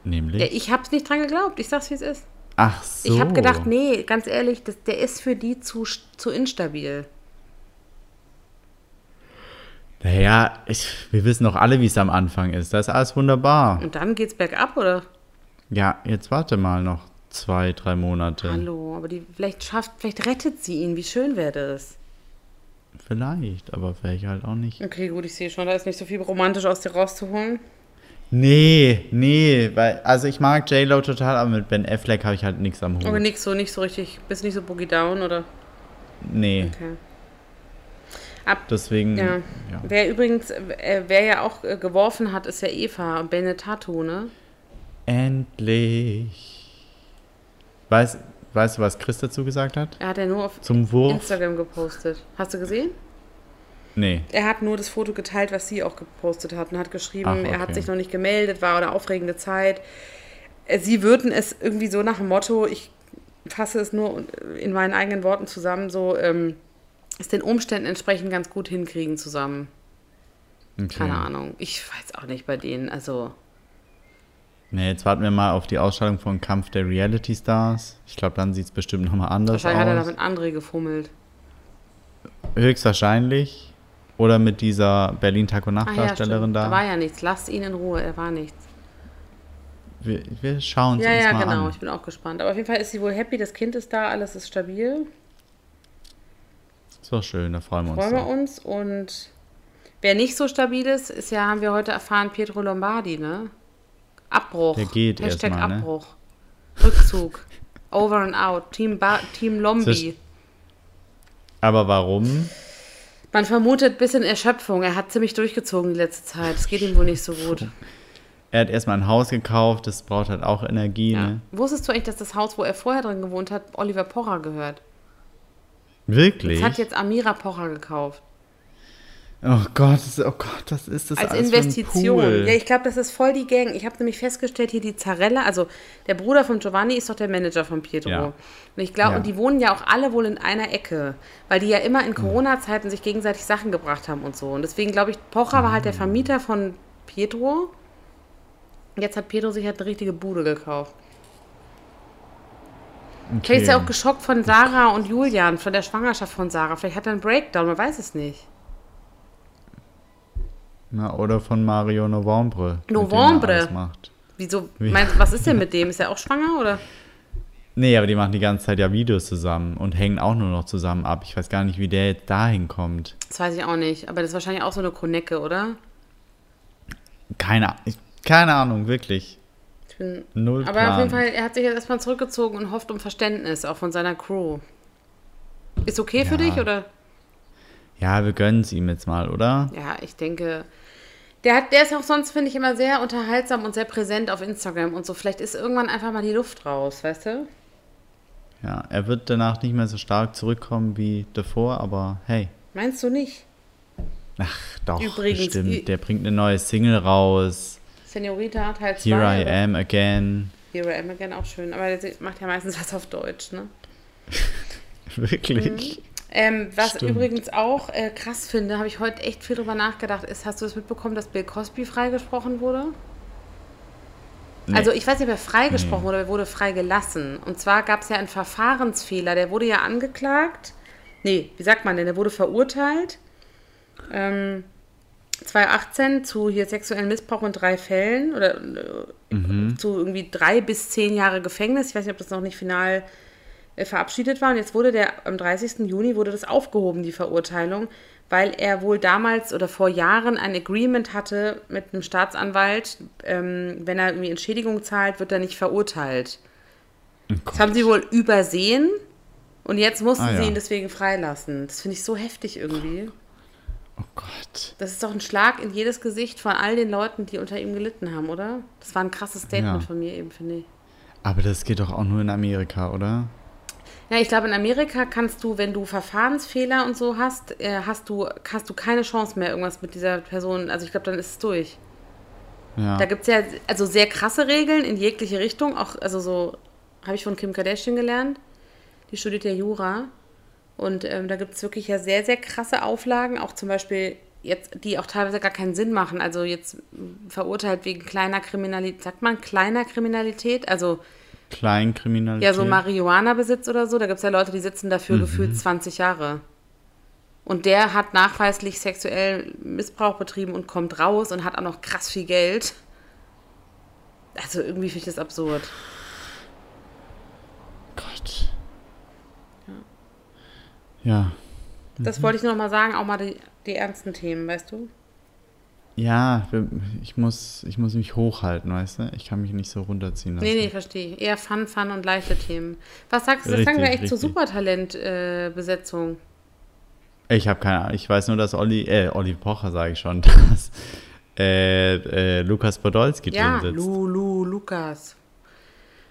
nämlich. Ja, ich hab's nicht dran geglaubt. Ich sag's, wie es ist. Ach so. Ich hab gedacht, nee, ganz ehrlich, das, der ist für die zu, sch- zu instabil. Naja, ich, wir wissen doch alle, wie es am Anfang ist. Das ist alles wunderbar. Und dann geht's bergab, oder? Ja, jetzt warte mal noch zwei, drei Monate. Hallo, aber die vielleicht schafft, vielleicht rettet sie ihn. Wie schön wäre das? Vielleicht, aber vielleicht halt auch nicht. Okay, gut, ich sehe schon, da ist nicht so viel romantisch aus dir rauszuholen. Nee, nee, weil, also ich mag J-Lo total, aber mit Ben Affleck habe ich halt nichts am Hut. Aber nix so, nicht so richtig, bist nicht so boogie down oder? Nee, Okay. Ab, deswegen. ja. Ja. Wer übrigens, äh, wer ja auch äh, geworfen hat, ist ja Eva Benetatu, ne? Endlich. Weißt, weißt du, was Chris dazu gesagt hat? Er hat ja nur auf Zum Wurf? Instagram gepostet. Hast du gesehen? Nee. Er hat nur das Foto geteilt, was sie auch gepostet hat und hat geschrieben, Ach, er hat okay. sich noch nicht gemeldet, war eine aufregende Zeit. Äh, Sie würden es irgendwie so nach dem Motto, ich fasse es nur in meinen eigenen Worten zusammen, so ähm, es den Umständen entsprechend ganz gut hinkriegen zusammen. Okay. Keine Ahnung. Ich weiß auch nicht bei denen. Also, Nee, jetzt warten wir mal auf die Ausstrahlung von Kampf der Reality Stars. Ich glaube, dann sieht es bestimmt nochmal anders wahrscheinlich hat er da aus. mit André gefummelt. Höchstwahrscheinlich. Oder mit dieser Berlin Tag und Ah Nacht ja, Darstellerin stimmt. da war da. ja nichts. Lasst ihn in Ruhe, er war nichts. Wir, wir schauen es Ja, uns ja, mal genau. Ich an. bin auch gespannt. Aber auf jeden Fall ist sie wohl happy, das Kind ist da, alles ist stabil. Ist doch schön, da freuen wir uns. Freuen wir doch. uns und wer nicht so stabil ist, ist ja, haben wir heute erfahren, Pietro Lombardi, ne? Abbruch. Der geht Hashtag erstmal, ne? Abbruch. Rückzug. *laughs* Over and out. Team, ba Team Das ist- Lombi. Aber warum? Man vermutet ein bisschen Erschöpfung. Er hat ziemlich durchgezogen die letzte Zeit. Es geht ihm wohl nicht so gut. Er hat erstmal ein Haus gekauft, das braucht halt auch Energie. Ja. Ne? Wusstest du eigentlich, dass das Haus, wo er vorher drin gewohnt hat, Oliver Pocher gehört? Wirklich? Das hat jetzt Amira Pocher gekauft. oh Gott, das, oh Gott, das ist das Als alles Investition. Für ein Pool. Ja, ich glaube, das ist voll die Gang. Ich habe nämlich festgestellt, hier die Zarella, also der Bruder von Giovanni ist doch der Manager von Pietro. Ja. Und ich glaube, Ja. Mhm. und die wohnen ja auch alle wohl in einer Ecke, weil die ja immer in Corona-Zeiten sich gegenseitig Sachen gebracht haben und so. Und deswegen glaube ich, Pocher war Mhm. halt der Vermieter von Pietro. Jetzt hat Pietro sich halt eine richtige Bude gekauft. Vielleicht ist er auch geschockt von Sarah und Julian, von der Schwangerschaft von Sarah. Vielleicht hat er einen Breakdown, man weiß es nicht. Na, oder von Mario Novembre. mit dem er Novembre. alles macht. Wieso? Wie- Meinst, was ist denn mit dem? Ist er auch schwanger oder? Nee, aber die machen die ganze Zeit ja Videos zusammen und hängen auch nur noch zusammen ab. Ich weiß gar nicht, wie der jetzt dahin kommt. Das weiß ich auch nicht, aber das ist wahrscheinlich auch so eine Konecke, oder? Keine, Ah- ich- keine Ahnung, wirklich. Ich bin, Null aber Plan. auf jeden Fall, er hat sich jetzt erstmal zurückgezogen und hofft um Verständnis, auch von seiner Crew. Ist okay für Ja. dich, oder? Ja, wir gönnen es ihm jetzt mal, oder? Ja, ich denke, der, hat, der ist auch sonst, finde ich, immer sehr unterhaltsam und sehr präsent auf Instagram und so. Vielleicht ist irgendwann einfach mal die Luft raus, weißt du? Ja, er wird danach nicht mehr so stark zurückkommen wie davor, aber hey. Meinst du nicht? Ach, doch, Übrigens, ü- bestimmt. Der bringt eine neue Single raus. Senorita hat halt Here I am again. *laughs* Here I am again, auch schön. Aber der macht ja meistens was auf Deutsch, ne? Wirklich? Ähm, was Stimmt. übrigens auch äh, krass finde, habe ich heute echt viel drüber nachgedacht, ist, hast du das mitbekommen, dass Bill Cosby freigesprochen wurde? Nee. Also ich weiß nicht, wer freigesprochen wurde, aber er wurde freigelassen. Und zwar gab es ja einen Verfahrensfehler, der wurde ja angeklagt. Nee, wie sagt man denn, der wurde verurteilt. Ähm, 2018 zu hier sexuellen Missbrauch in drei Fällen oder äh, Mhm. zu irgendwie drei bis zehn Jahre Gefängnis. Ich weiß nicht, ob das noch nicht final äh, verabschiedet war. Und jetzt wurde der, am 30. Juni wurde das aufgehoben, die Verurteilung, weil er wohl damals oder vor Jahren ein Agreement hatte mit einem Staatsanwalt, ähm, wenn er irgendwie Entschädigung zahlt, wird er nicht verurteilt. Oh Das Gott. haben sie wohl übersehen und jetzt mussten Ah, ja. sie ihn deswegen freilassen. Das finde ich so heftig irgendwie. Oh Gott. Das ist doch ein Schlag in jedes Gesicht von all den Leuten, die unter ihm gelitten haben, oder? Das war ein krasses Statement Ja. von mir eben, finde ich. Aber das geht doch auch nur in Amerika, oder? Ja, ich glaube, in Amerika kannst du, wenn du Verfahrensfehler und so hast, äh, hast du, hast du keine Chance mehr, irgendwas mit dieser Person. Also ich glaube, dann ist es durch. Ja. Da gibt es ja also sehr krasse Regeln in jegliche Richtung. Auch, also so habe ich von Kim Kardashian gelernt. Die studiert ja Jura. Und ähm, da gibt es wirklich ja sehr, sehr krasse Auflagen, auch zum Beispiel jetzt, die auch teilweise gar keinen Sinn machen. Also jetzt mh, verurteilt wegen kleiner Kriminalität, sagt man kleiner Kriminalität, also Kleinkriminalität. ja, so Marihuana-Besitz oder so, da gibt es ja Leute, die sitzen Mhm. dafür gefühlt 20 Jahre. Und der hat nachweislich sexuell Missbrauch betrieben und kommt raus und hat auch noch krass viel Geld. Also irgendwie finde ich das absurd. Oh Gott. Ja. Mhm. Das wollte ich nur noch mal sagen, auch mal die, die ernsten Themen, weißt du? Ja, wir- ich muss, ich muss mich hochhalten, weißt du? Ich kann mich nicht so runterziehen lassen. Nee, nee, verstehe. Eher Fun, Fun und leichte Themen. Was sagst du, das sagen wir echt Richtig, zur richtig. Supertalent-Besetzung? Äh, Besetzung. Ich habe keine Ahnung. Ich weiß nur, dass Olli, äh, Olli Pocher, sage ich schon, *laughs* dass äh, äh, Lukas Podolski ja, drin sitzt. Lulu, Lukas.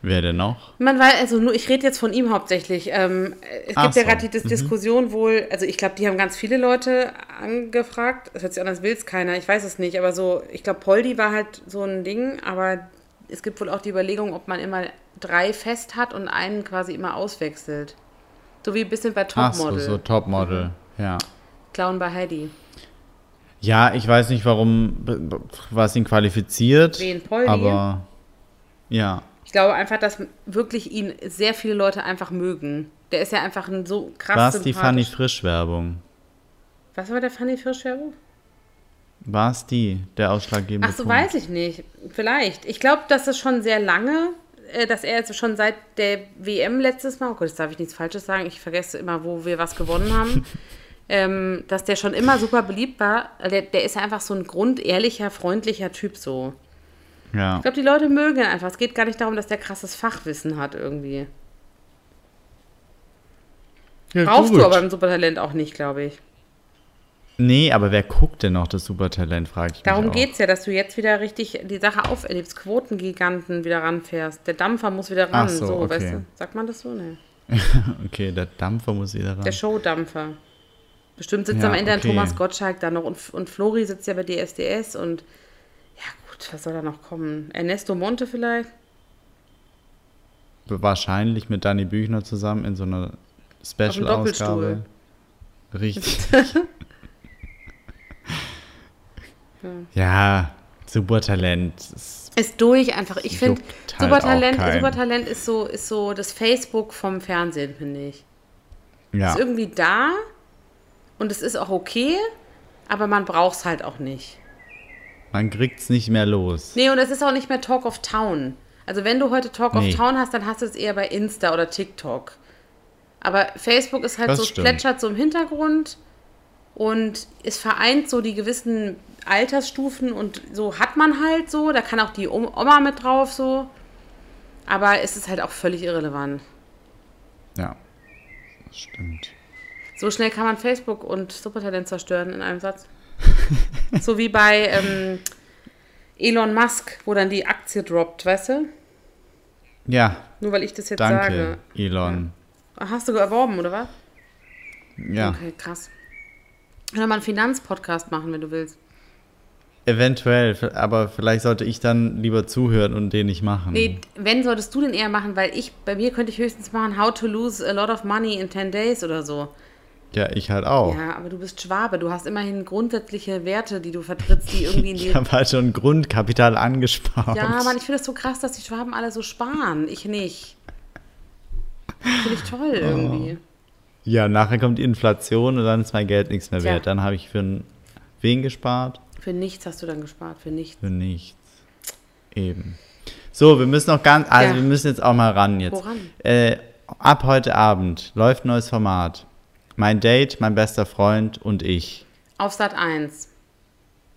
Wer denn noch? Man weiß, also nur, ich rede jetzt von ihm hauptsächlich. Ähm, es Ach gibt ja so, Mhm. gerade die Dis Diskussion wohl, also ich glaube, die haben ganz viele Leute angefragt. Es hört sich an, als will es keiner, ich weiß es nicht, aber so, ich glaube, Poldi war halt so ein Ding, aber es gibt wohl auch die Überlegung, ob man immer drei fest hat und einen quasi immer auswechselt. So wie ein bisschen bei Ach so, Topmodel. Mhm. so Topmodel. Ja. Clown bei Heidi. Ja, ich weiß nicht, warum, b- b- was ihn qualifiziert. Wen, Poldi? Aber ja, Ich glaube einfach, dass wirklich ihn sehr viele Leute einfach mögen. Der ist ja einfach ein so krass war es die Fanny sympathisch- Frisch-Werbung? Was war der Fanny Frischwerbung? War es die, der ausschlaggebende Ach so, Punkt? weiß ich nicht. Vielleicht. Ich glaube, dass das schon sehr lange, äh, dass er jetzt schon seit der WM letztes Mal, oh Gott, jetzt darf ich nichts Falsches sagen, ich vergesse immer, wo wir was gewonnen haben, ähm, dass der schon immer super beliebt war. Also Der, der ist ja einfach so ein grundehrlicher, freundlicher Typ so. Ja. Ich glaube, die Leute mögen ihn einfach. Es geht gar nicht darum, dass der krasses Fachwissen hat irgendwie. ja Brauchst gut. du aber im Supertalent auch nicht, glaube ich. Nee, aber wer guckt denn noch das Supertalent, frage ich Darum mich. auch. geht es ja, dass du jetzt wieder richtig die Sache auferlebst, Quotengiganten wieder ranfährst. Der Dampfer muss wieder ran. Ach so, okay. weißt du? Sagt man das so? Nee. Okay, der Dampfer muss wieder ran. Der Showdampfer. Bestimmt sitzt Ja, am Ende ein okay. Thomas Gottschalk da noch und, und Flori sitzt ja bei DSDS und ja gut, was soll da noch kommen? Ernesto Monte vielleicht? Wahrscheinlich mit Dani Büchner zusammen in so einer Auf dem Special-Ausgabe. Doppelstuhl. *laughs* Richtig. ja, Supertalent. Das- Ist durch einfach. Ich finde, Juckt halt Supertalent, auch keinen. Supertalent ist so, ist so das Facebook vom Fernsehen, finde ich. Ja, Ist irgendwie da und es ist auch okay, aber man braucht es halt auch nicht. man kriegt's nicht mehr los. Nee, und es ist auch nicht mehr Talk of Town. Also wenn du heute Talk Nee. of Town hast, dann hast du es eher bei Insta oder TikTok. Aber Facebook ist halt Das so, es stimmt. plätschert so im Hintergrund und es vereint so die gewissen Altersstufen und so hat man halt so. Da kann auch die Om- Oma mit drauf so. Aber es ist halt auch völlig irrelevant. Ja, das stimmt. So schnell kann man Facebook und Supertalent zerstören in einem *laughs* Satz. so wie bei ähm, Elon Musk, wo dann die Aktie droppt, weißt du? Ja, Nur weil ich das jetzt danke, sage. Elon. Ah, Hast du erworben, oder was? Ja, Okay, krass. Können wir mal einen Finanzpodcast machen, wenn du willst. eventuell, aber vielleicht sollte ich dann lieber zuhören und den nicht machen. Nee, wenn solltest du den eher machen, weil ich, bei mir könnte ich höchstens machen, how to lose a lot of money in 10 days oder so. Ja, ich halt auch. Ja, aber du bist Schwabe, du hast immerhin grundsätzliche Werte, die du vertrittst, die irgendwie in die. *laughs* Ich habe halt schon Grundkapital angespart. ja, Mann, ich finde das so krass, dass die Schwaben alle so sparen. Ich nicht. Finde ich Oh. toll irgendwie. Ja, nachher kommt die Inflation und dann ist mein Geld nichts mehr Tja. wert. Dann habe ich für n- wen gespart? Für nichts hast du dann gespart, für nichts. Für nichts. Eben. So, wir müssen noch ganz, also Ja. wir müssen jetzt auch mal ran jetzt. Woran? Äh, ab heute Abend läuft neues Format. Mein Date, mein bester Freund und ich. Auf Sat 1.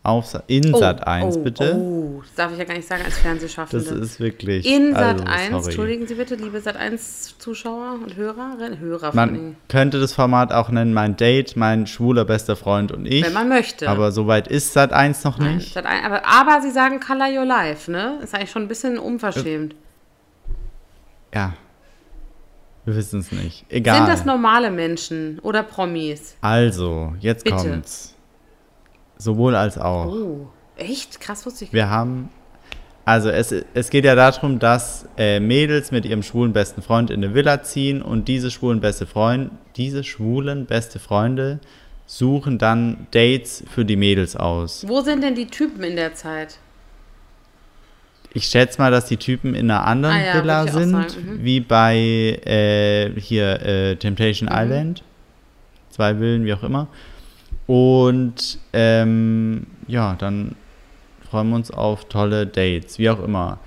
Auf Sa- in Sat 1, oh, bitte. Oh, das darf ich ja gar nicht sagen als Fernsehschaffende. Das ist wirklich. In also, Sat 1, sorry. entschuldigen Sie bitte, liebe Sat 1 Zuschauer und Hörerinnen, Hörer von Man könnte das Format auch nennen, mein Date, mein schwuler bester Freund und ich. Wenn man möchte. Aber soweit ist Sat 1 noch Nein, nicht. Sat. 1, aber, aber sie sagen Color Your Life, ne? Ist eigentlich schon ein bisschen unverschämt. Äh, Ja. Wir wissen es nicht. Egal. Sind das normale Menschen oder Promis? also, jetzt Bitte. kommt's. Sowohl als auch. Oh, echt? Krass, wusste ich. Wir haben. Also, es, es geht ja darum, dass äh, Mädels mit ihrem schwulen besten Freund in eine Villa ziehen und diese schwulen beste Freund, diese schwulen beste Freunde suchen dann Dates für die Mädels aus. Wo sind denn die Typen in der Zeit? Ich schätze mal, dass die Typen in einer anderen Ah ja, Villa würd ich auch sind, sagen, mhm. wie bei äh, hier äh, Temptation Mhm. Island. Zwei Villen, wie auch immer. Und ähm, ja, dann freuen wir uns auf tolle Dates, wie auch immer.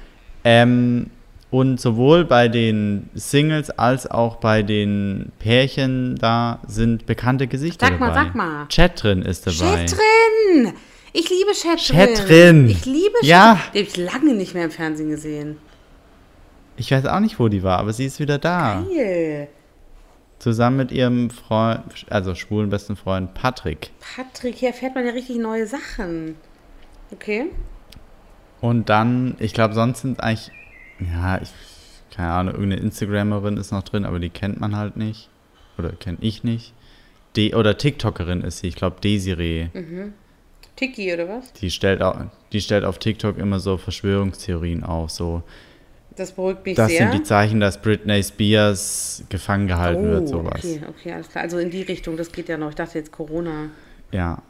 Ähm, und sowohl bei den Singles als auch bei den Pärchen da sind bekannte Gesichter Sag mal, dabei. sag mal. Chatrin ist dabei. Chatrin! Ich liebe Chatrin. Chatrin! Ich liebe Chatrin. Ja. Die habe ich lange nicht mehr im Fernsehen gesehen. Ich weiß auch nicht, wo die war, aber sie ist wieder da. Geil. Zusammen mit ihrem Freund, also schwulen besten Freund Patrick. Patrick, hier erfährt man ja richtig neue Sachen. Okay. Und dann, ich glaube, sonst sind eigentlich, ja, ich, keine Ahnung, irgendeine Instagramerin ist noch drin, aber die kennt man halt nicht. Oder kenne ich nicht. De oder TikTokerin ist sie, ich glaube, Desiree. Mhm. Tiki oder was? Die, stellt au- die stellt auf TikTok immer so Verschwörungstheorien auf, so. Das beruhigt mich Das sehr. sind die Zeichen, dass Britney Spears gefangen gehalten oh, wird, sowas. Okay, okay, alles klar. Also in die Richtung, das geht ja noch. Ich dachte jetzt Corona. Ja.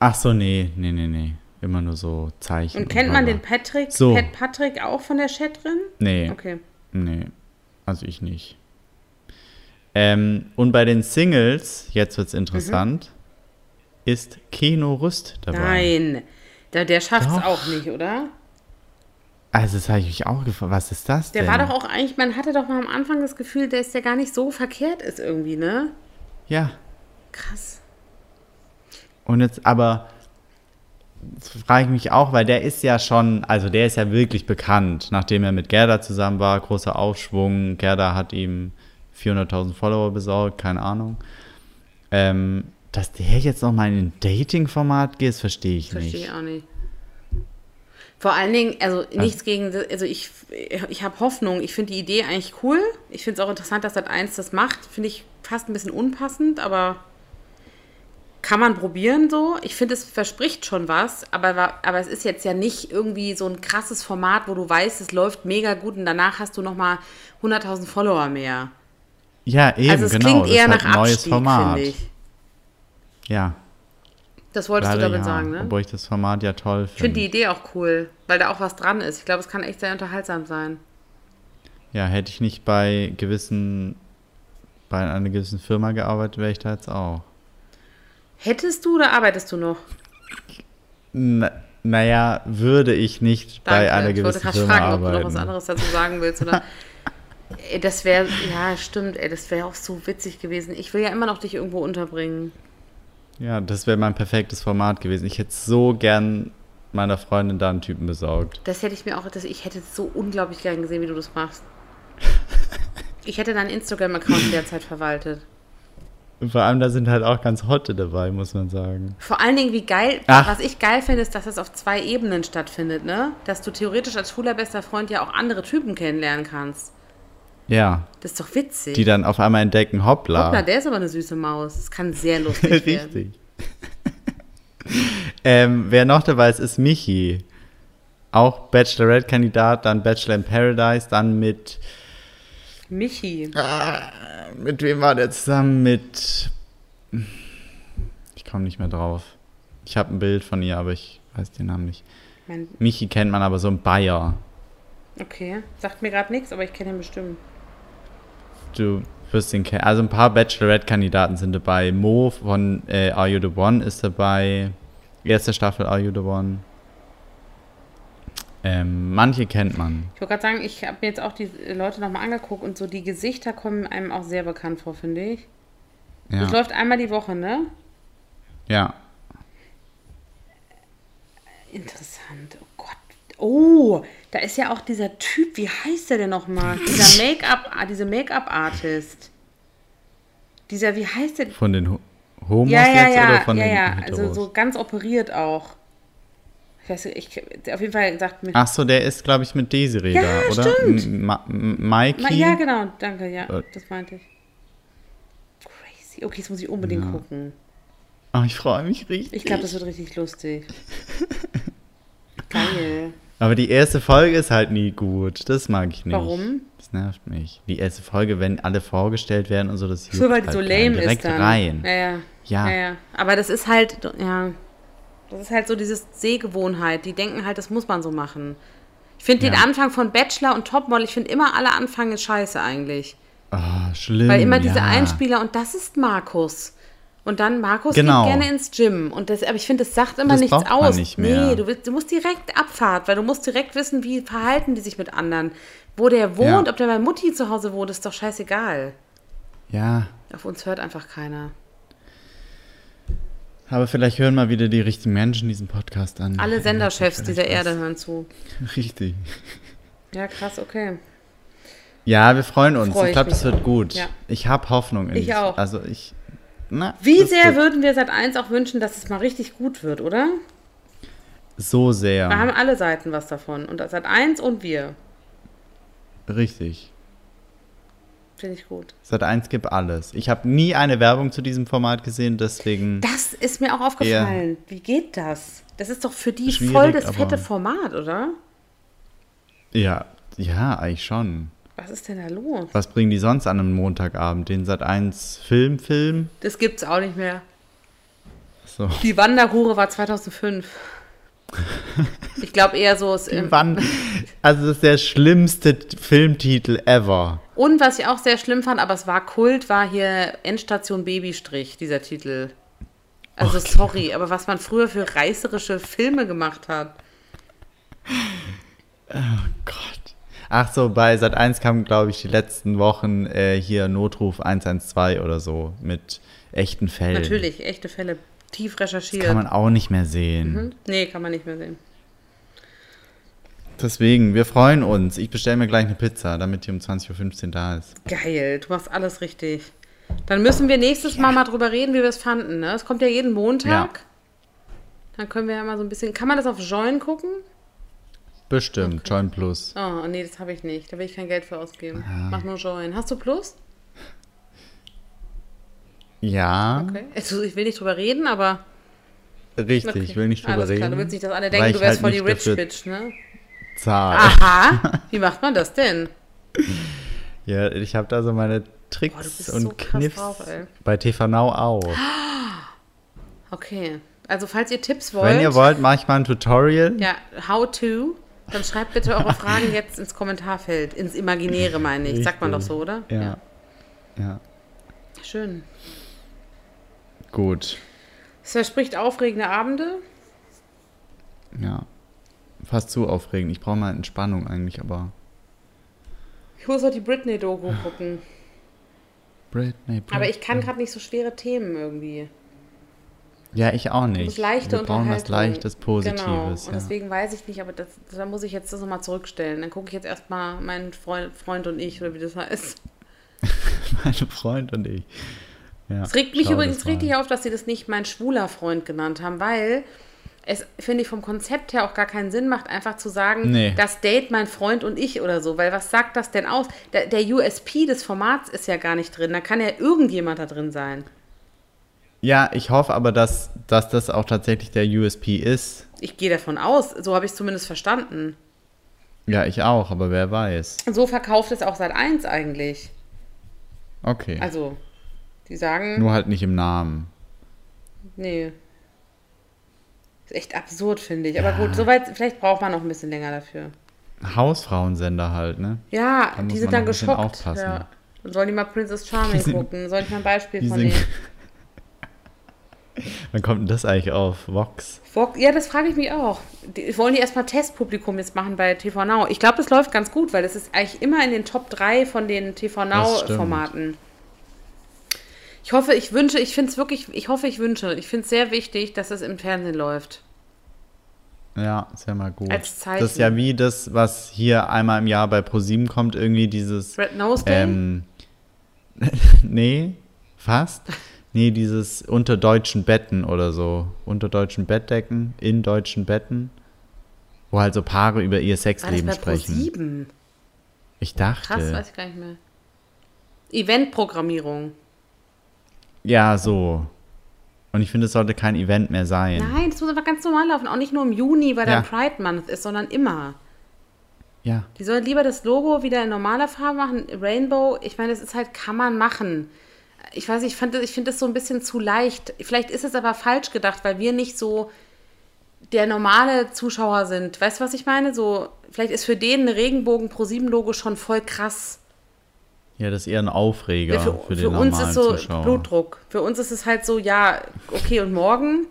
Ach so, nee, nee, nee, nee. Immer nur so Zeichen. Und kennt man bla, den bla. Patrick, So. Pat Patrick auch von der Chatrin? Nee. Okay. Nee, also ich nicht. Ähm, und bei den Singles, jetzt Mhm. wird's interessant, ist Keno Rüst dabei. Nein. Der, der schafft es also Doch. auch nicht, oder? Also das habe ich mich auch gefragt, was ist das Der denn? war doch auch eigentlich, man hatte doch mal am Anfang das Gefühl, dass der gar nicht so verkehrt ist irgendwie, ne? Ja, Krass. und jetzt aber jetzt frage ich mich auch, weil der ist ja schon, also der ist ja wirklich bekannt, nachdem er mit Gerda zusammen war, großer Aufschwung, Gerda hat ihm 400.000 Follower besorgt, keine Ahnung. Ähm, Dass der jetzt nochmal in ein Dating-Format geht, das verstehe ich Verstehe ich nicht. auch nicht. Vor allen Dingen, also nichts gegen, das- also ich, ich habe Hoffnung. Ich finde die Idee eigentlich cool. Ich finde es auch interessant, dass Sat1 das macht. Finde ich fast ein bisschen unpassend, aber kann man probieren so. Ich finde, es verspricht schon was, aber, wa- aber es ist jetzt ja nicht irgendwie so ein krasses Format, wo du weißt, es läuft mega gut und danach hast du nochmal 100.000 Follower mehr. Ja, eben, Also es genau. klingt eher das ist nach halt ein neues Abstieg, Format. finde ich. Ja, Das wolltest leider du damit ja. sagen, ne? Obwohl ich das Format ja toll Ich finde finde. die Idee auch cool, weil da auch was dran ist. Ich glaube, es kann echt sehr unterhaltsam sein. Ja, hätte ich nicht bei gewissen, bei einer gewissen Firma gearbeitet, wäre ich da jetzt auch. Hättest du oder arbeitest du noch? Na, naja, würde ich nicht bei einer ich wollte gewissen gerade Firma fragen, ob du noch was arbeiten. anderes dazu sagen willst. Oder? *laughs* Ey, das wäre, ja, stimmt, ey, das wäre auch so witzig gewesen. Ich will ja immer noch dich irgendwo unterbringen. Ja, das wäre mein perfektes Format gewesen. Ich hätte so gern meiner Freundin da einen Typen besorgt. Das hätte ich mir auch, das, ich hätte so unglaublich gern gesehen, wie du das *laughs* machst. Ich hätte deinen Instagram-Account derzeit verwaltet. Und vor allem, da sind halt auch ganz Hotte dabei, muss man sagen. Vor allen Dingen, wie geil, Ach. was ich geil finde, ist, dass das auf zwei Ebenen stattfindet, ne? Dass du theoretisch als schwuler bester Freund ja auch andere Typen kennenlernen kannst. Ja, Das ist doch witzig. die dann auf einmal entdecken, hoppla. Hoppla, der ist aber eine süße Maus. Das kann sehr lustig *laughs* werden. Richtig. ähm, wer noch dabei ist, ist Michi. Auch Bachelorette-Kandidat, dann Bachelor in Paradise, dann mit. Michi. Mit wem war der zusammen? Mit. Ich komme nicht mehr drauf. Ich habe ein Bild von ihr, aber ich weiß den Namen nicht. Mein, Michi kennt man aber so ein Bayer. okay. Sagt mir gerade nichts, aber ich kenne ihn bestimmt. Du wirst den kennen. Also ein paar Bachelorette-Kandidaten sind dabei. Mo von äh, Are You the One ist dabei. Erste Staffel Are You the One. Ähm, manche kennt man. Ich wollte gerade sagen, ich habe mir jetzt auch die Leute nochmal angeguckt und so die Gesichter kommen einem auch sehr bekannt vor, finde ich. Das Ja. läuft einmal die Woche, ne? ja. Interessant. Oh Gott. Oh, da ist ja auch dieser Typ, wie heißt der denn nochmal? *laughs* Dieser Make-up, ah, diese Make-up-Artist. Dieser, wie heißt der? Von den Ho Homos Ja, ja, jetzt ja, oder von ja, den ja. Heteros? Also so ganz operiert auch. Ich weiß nicht, ich, der auf jeden Fall sagt mir. Ach so, der ist, glaube ich, mit Desiree Ja, da, oder? stimmt. M- Ma M- Mikey? Ma- ja, genau, danke, ja, Äh. das meinte ich. Crazy. Okay, das muss ich unbedingt gucken. oh, ich freue mich richtig. Ich glaube, das wird richtig *laughs* lustig. Geil. Aber die erste Folge ist halt nie gut. Das mag ich nicht. Warum? Das nervt mich. Die erste Folge, wenn alle vorgestellt werden und so, das So, juckt weil die so halt lame keinen. Direkt ist dann. rein. Ja ja. ja, Ja. ja. Aber das ist halt, ja, das ist halt so dieses Sehgewohnheit. Die denken halt, das muss man so machen. Ich finde den Ja. Anfang von Bachelor und Topmodel, ich finde immer alle Anfänge scheiße eigentlich. Oh, schlimm. Weil immer diese ja. Einspieler und das ist Markus. Und dann Markus Genau. geht gerne ins Gym. Und das, aber ich finde, das sagt immer Das nichts braucht man aus. nicht mehr. Nee, du, willst, du musst direkt Abfahrt, weil du musst direkt wissen, wie verhalten die sich mit anderen. Wo der wohnt, Ja. ob der bei Mutti zu Hause wohnt, ist doch scheißegal. Ja, Auf uns hört einfach keiner. aber vielleicht hören mal wieder die richtigen Menschen diesen Podcast an. Alle Senderchefs dieser Vielleicht Erde hören zu. was. Richtig. Ja, krass, okay. Ja, wir freuen uns. Freu ich ich glaube, das mich wird gut. Ja. Ich habe Hoffnung. In Ich das- auch. Also ich. Na, Wie das sehr wird würden wir seit 1 auch wünschen, dass es mal richtig gut wird, oder? So sehr. Da haben alle Seiten was davon. Und seit 1 und wir. Richtig. Finde ich gut. Sat 1 gibt alles. Ich habe nie eine Werbung zu diesem Format gesehen, deswegen. Das ist mir auch aufgefallen. Wie geht das? Das ist doch für die Schwierig, voll das aber- fette Format, oder? Ja, ja, eigentlich schon. Was ist denn da los? Was bringen die sonst an einem Montagabend? Den Sat 1 Film, Film? Das gibt's auch nicht mehr. So. *laughs* Die Wanderhure war 2005. Ich glaube eher so. Es, ähm, Wann? Also, das ist der schlimmste Filmtitel ever. und was ich auch sehr schlimm fand, aber es war Kult, war hier Endstation Babystrich, dieser Titel. Also sorry, aber was man früher für reißerische Filme gemacht hat. Gott. Ach so, bei Sat 1 kam, glaube ich, die letzten Wochen äh, hier Notruf 112 oder so mit echten Fällen. Natürlich, echte Fälle, tief recherchiert. Mhm. Kann man auch nicht mehr sehen. nee, kann man nicht mehr sehen. Deswegen, wir freuen uns. Ich bestelle mir gleich eine Pizza, damit die um 20.15 Uhr da ist. Geil, du machst alles richtig. Dann müssen wir nächstes Mal mal drüber reden, wie wir es fanden. Ne? Es kommt ja jeden Montag. Ja. Dann können wir ja mal so ein bisschen. Kann man das auf Join gucken? Bestimmt, Join Plus. Oh, nee, das habe ich nicht. Da will ich kein Geld für ausgeben. Mach nur Join. Hast du Plus? Ja, Okay. Also, ich will nicht drüber reden, aber. richtig, Okay. ich will nicht drüber Alles reden. Klar. Du willst nicht, dass alle weil denken, ich du wärst halt voll die Ah. nicht Rich dafür Bitch, ne? Zahl. *laughs* Aha. Wie macht man das denn? Ja, ich habe da so meine Boah, du bist Tricks so und krass Kniffs drauf, ey. Ah, bei TV Now auch. Okay. Also, falls ihr Tipps wollt. Wenn ihr wollt, mache ich mal ein Tutorial. Ja, how to. Dann schreibt bitte eure *laughs* Fragen jetzt ins Kommentarfeld. Ins Imaginäre, meine ich. Sagt man doch Richtig. so, oder? ja. ja. Ja. Schön. Gut. Es verspricht aufregende Abende. Ja. Fast zu aufregend. Ich brauche mal Entspannung eigentlich, aber. Ich muss heute die Britney-Doku gucken. Britney, Britney. Aber ich kann gerade nicht so schwere Themen irgendwie. Ja, ich auch Das nicht. leichte Wir brauchen was Unterhaltung. Leichtes, Genau. Positives. Und ja. deswegen weiß ich nicht, aber das, da muss ich jetzt das nochmal zurückstellen. Dann gucke ich jetzt erstmal meinen Freund, Freund und ich, oder wie das heißt. *laughs* Mein Freund und ich. Ja, Es regt mich schau übrigens das mal. richtig auf, dass sie das nicht mein schwuler Freund genannt haben, weil es, finde ich, vom Konzept her auch gar keinen Sinn macht, einfach zu sagen, Nee. das Date mein Freund und ich oder so. Weil was sagt das denn aus? Der, der USP des Formats ist ja gar nicht drin. Da kann ja irgendjemand da drin sein. Ja, ich hoffe aber, dass, dass das auch tatsächlich der USP ist. Ich gehe davon aus. So habe ich es zumindest verstanden. Ja, ich auch, aber wer weiß. So verkauft es auch seit 1 eigentlich. Okay. Also, die sagen, Nur halt nicht im Namen. nee. Ist echt absurd, finde ich. Aber gut, soweit, vielleicht braucht man noch ein bisschen länger dafür. Hausfrauensender halt, ne? Ja, Da muss die sind man dann noch ein bisschen geschockt. aufpassen. Ja. Dann sollen die mal Princess Charming Die sind- gucken. Soll ich mal ein Beispiel Die von sind- denen? *laughs* Wann kommt denn das eigentlich auf? Vox? Vox- Ja, das frage ich mich auch. Die, wollen die erstmal Testpublikum jetzt machen bei TV Now? Ich glaube, das läuft ganz gut, weil das ist eigentlich immer in den Top 3 von den TV Das stimmt. Now-Formaten. Ich hoffe, ich wünsche, ich finde es wirklich, ich hoffe, ich wünsche, ich finde es sehr wichtig, dass es im Fernsehen läuft. Ja, ist ja mal gut. Als Zeichen. Das ist ja wie das, was hier einmal im Jahr bei ProSieben kommt, irgendwie dieses. Red Nose Day? Ähm, *laughs* nee, fast. Nee, dieses unter deutschen Betten oder so. Unter deutschen Bettdecken, in deutschen Betten. Wo halt so Paare über ihr War das Sexleben bei sprechen. Pro7? Ich dachte. Krass, weiß ich gar nicht mehr. Eventprogrammierung. Ja, so. Und ich finde, es sollte kein Event mehr sein. Nein, das muss einfach ganz normal laufen. Auch nicht nur im Juni, weil Ja. dann Pride Month ist, sondern immer. Ja. Die sollen lieber das Logo wieder in normaler Farbe machen, Rainbow. Ich meine, das ist halt, kann man machen. Ich weiß, nicht, ich, fand das- ich finde das so ein bisschen zu leicht. Vielleicht ist es aber falsch gedacht, weil wir nicht so der normale Zuschauer sind. Weißt du, was ich meine? So, vielleicht ist für den ein Regenbogen Pro 7 Logo schon voll krass. Ja, das ist eher ein Aufreger für für, den für normalen uns ist so Zuschauer. Blutdruck. Für uns ist es halt so, ja, okay, und morgen.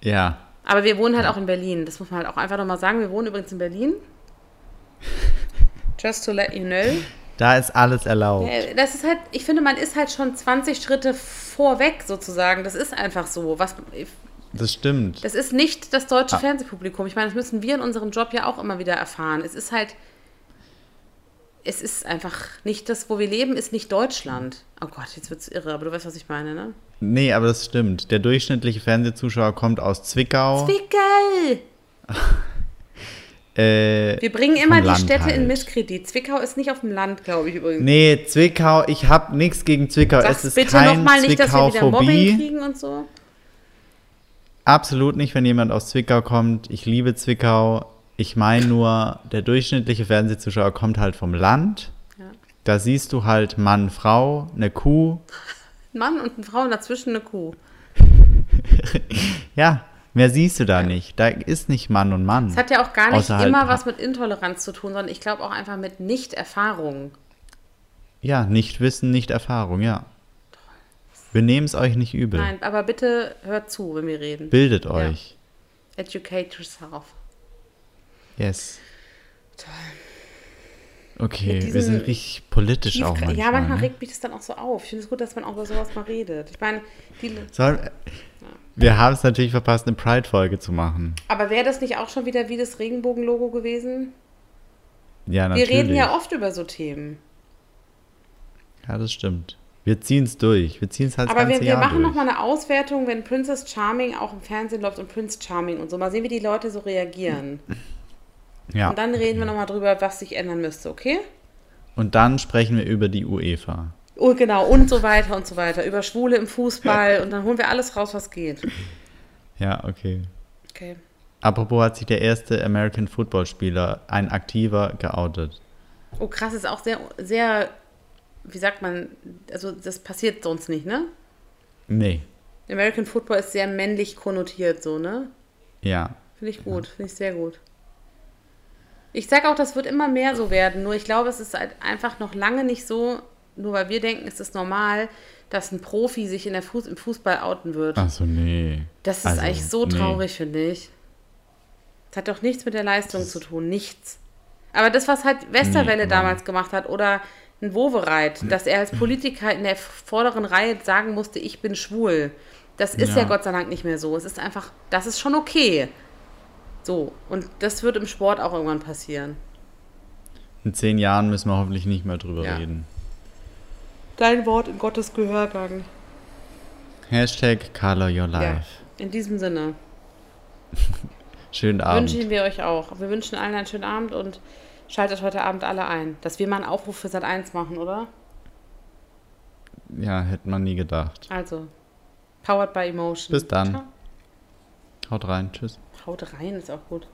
Ja, Aber wir wohnen halt auch in Berlin. Das muss man halt auch einfach nochmal sagen. Wir wohnen übrigens in Berlin. *laughs* Just to let you know. da ist alles erlaubt. Äh, Das ist halt, ich finde, man ist halt schon 20 Schritte vorweg sozusagen. Das ist einfach so. Was, Das stimmt. das ist nicht das deutsche Ah. Fernsehpublikum. Ich meine, das müssen wir in unserem Job ja auch immer wieder erfahren. Es ist halt, es ist einfach nicht das, wo wir leben, ist nicht Deutschland. Oh Gott, jetzt wird's irre, aber du weißt, was ich meine, ne? Nee, aber das stimmt. Der durchschnittliche Fernsehzuschauer kommt aus Zwickau. Zwickel! äh, Wir bringen immer Vom die Land Städte in halt. Misskredit. Zwickau ist nicht auf dem Land, glaube ich übrigens. nee, Zwickau, ich habe nichts gegen Zwickau. es Sag's ist bitte kein nochmal nicht, dass wir wieder Mobbing Zwickauphobie. kriegen und so. Absolut nicht, wenn jemand aus Zwickau kommt. Ich liebe Zwickau. Ich meine nur, der durchschnittliche Fernsehzuschauer kommt halt vom Land. Ja. Da siehst du halt Mann, Frau, eine Kuh. Ein Mann und eine Frau und dazwischen eine Kuh. Ja, mehr siehst du da nicht. Da ist nicht Mann und Mann. Es hat ja auch gar nicht Außer halt- immer was mit Intoleranz zu tun, sondern ich glaube auch einfach mit Nichterfahrung. Ja, nicht Wissen, nicht Erfahrung, ja. Wir nehmen es euch nicht übel. Nein, aber bitte hört zu, wenn wir reden. Bildet euch. Educate yourself. Yes. Toll. Okay, Mit wir diesem sind richtig politisch auch Tiefgra- manchmal. ja, manchmal ne? regt mich das dann auch so auf. Ich finde es gut, dass man auch über sowas mal redet. Ich meine, die, Soll, wir haben es natürlich verpasst, eine Pride-Folge zu machen. aber wäre das nicht auch schon wieder wie das Regenbogenlogo gewesen? Ja, Wir natürlich. reden ja oft über so Themen. Ja, das stimmt. Wir ziehen es durch. Wir ziehen es halt Aber das wir, ganze wir Jahr machen durch. nochmal eine Auswertung, wenn Princess Charming auch im Fernsehen läuft und Prince Charming und so. Mal sehen, wie die Leute so reagieren. ja. Und dann reden wir nochmal drüber, was sich ändern müsste, okay? Und dann sprechen wir über die UEFA. Oh, genau, und so weiter und so weiter. Über Schwule im Fußball und dann holen wir alles raus, was geht. Ja, okay. Okay. Apropos hat sich der erste American Football Spieler, ein aktiver, geoutet. Oh, krass, ist auch sehr, sehr, wie sagt man, also das passiert sonst nicht, ne? Nee. American Football ist sehr männlich konnotiert, so, ne? Ja. Finde ich gut, finde ich sehr gut. Ich sage auch, das wird immer mehr so werden, nur ich glaube, es ist halt einfach noch lange nicht so, nur weil wir denken, es ist normal, dass ein Profi sich in der Fuß im Fußball outen wird. Achso, nee. Das ist Also, eigentlich so nee. traurig, finde ich. Das hat doch nichts mit der Leistung zu tun, nichts. Aber das, was halt Westerwelle Nee, damals gemacht hat oder ein Wovereit, dass er als Politiker in der vorderen Reihe sagen musste, ich bin schwul. Das ist ja. Ja. Gott sei Dank nicht mehr so. Es ist einfach, das ist schon okay. So, und das wird im Sport auch irgendwann passieren. In zehn Jahren müssen wir hoffentlich nicht mehr drüber Ja. reden. Dein Wort in Gottes Gehörgang. Hashtag color Ja. your life. In diesem Sinne Schönen Abend. wünschen wir euch auch. Wir wünschen allen einen schönen Abend und schaltet heute Abend alle ein. Dass wir mal einen Aufruf für Sat 1 machen, oder? Ja, hätte man nie gedacht. Also, powered by emotion. Bis dann. Ciao. Haut rein. Tschüss. Haut rein, ist auch gut.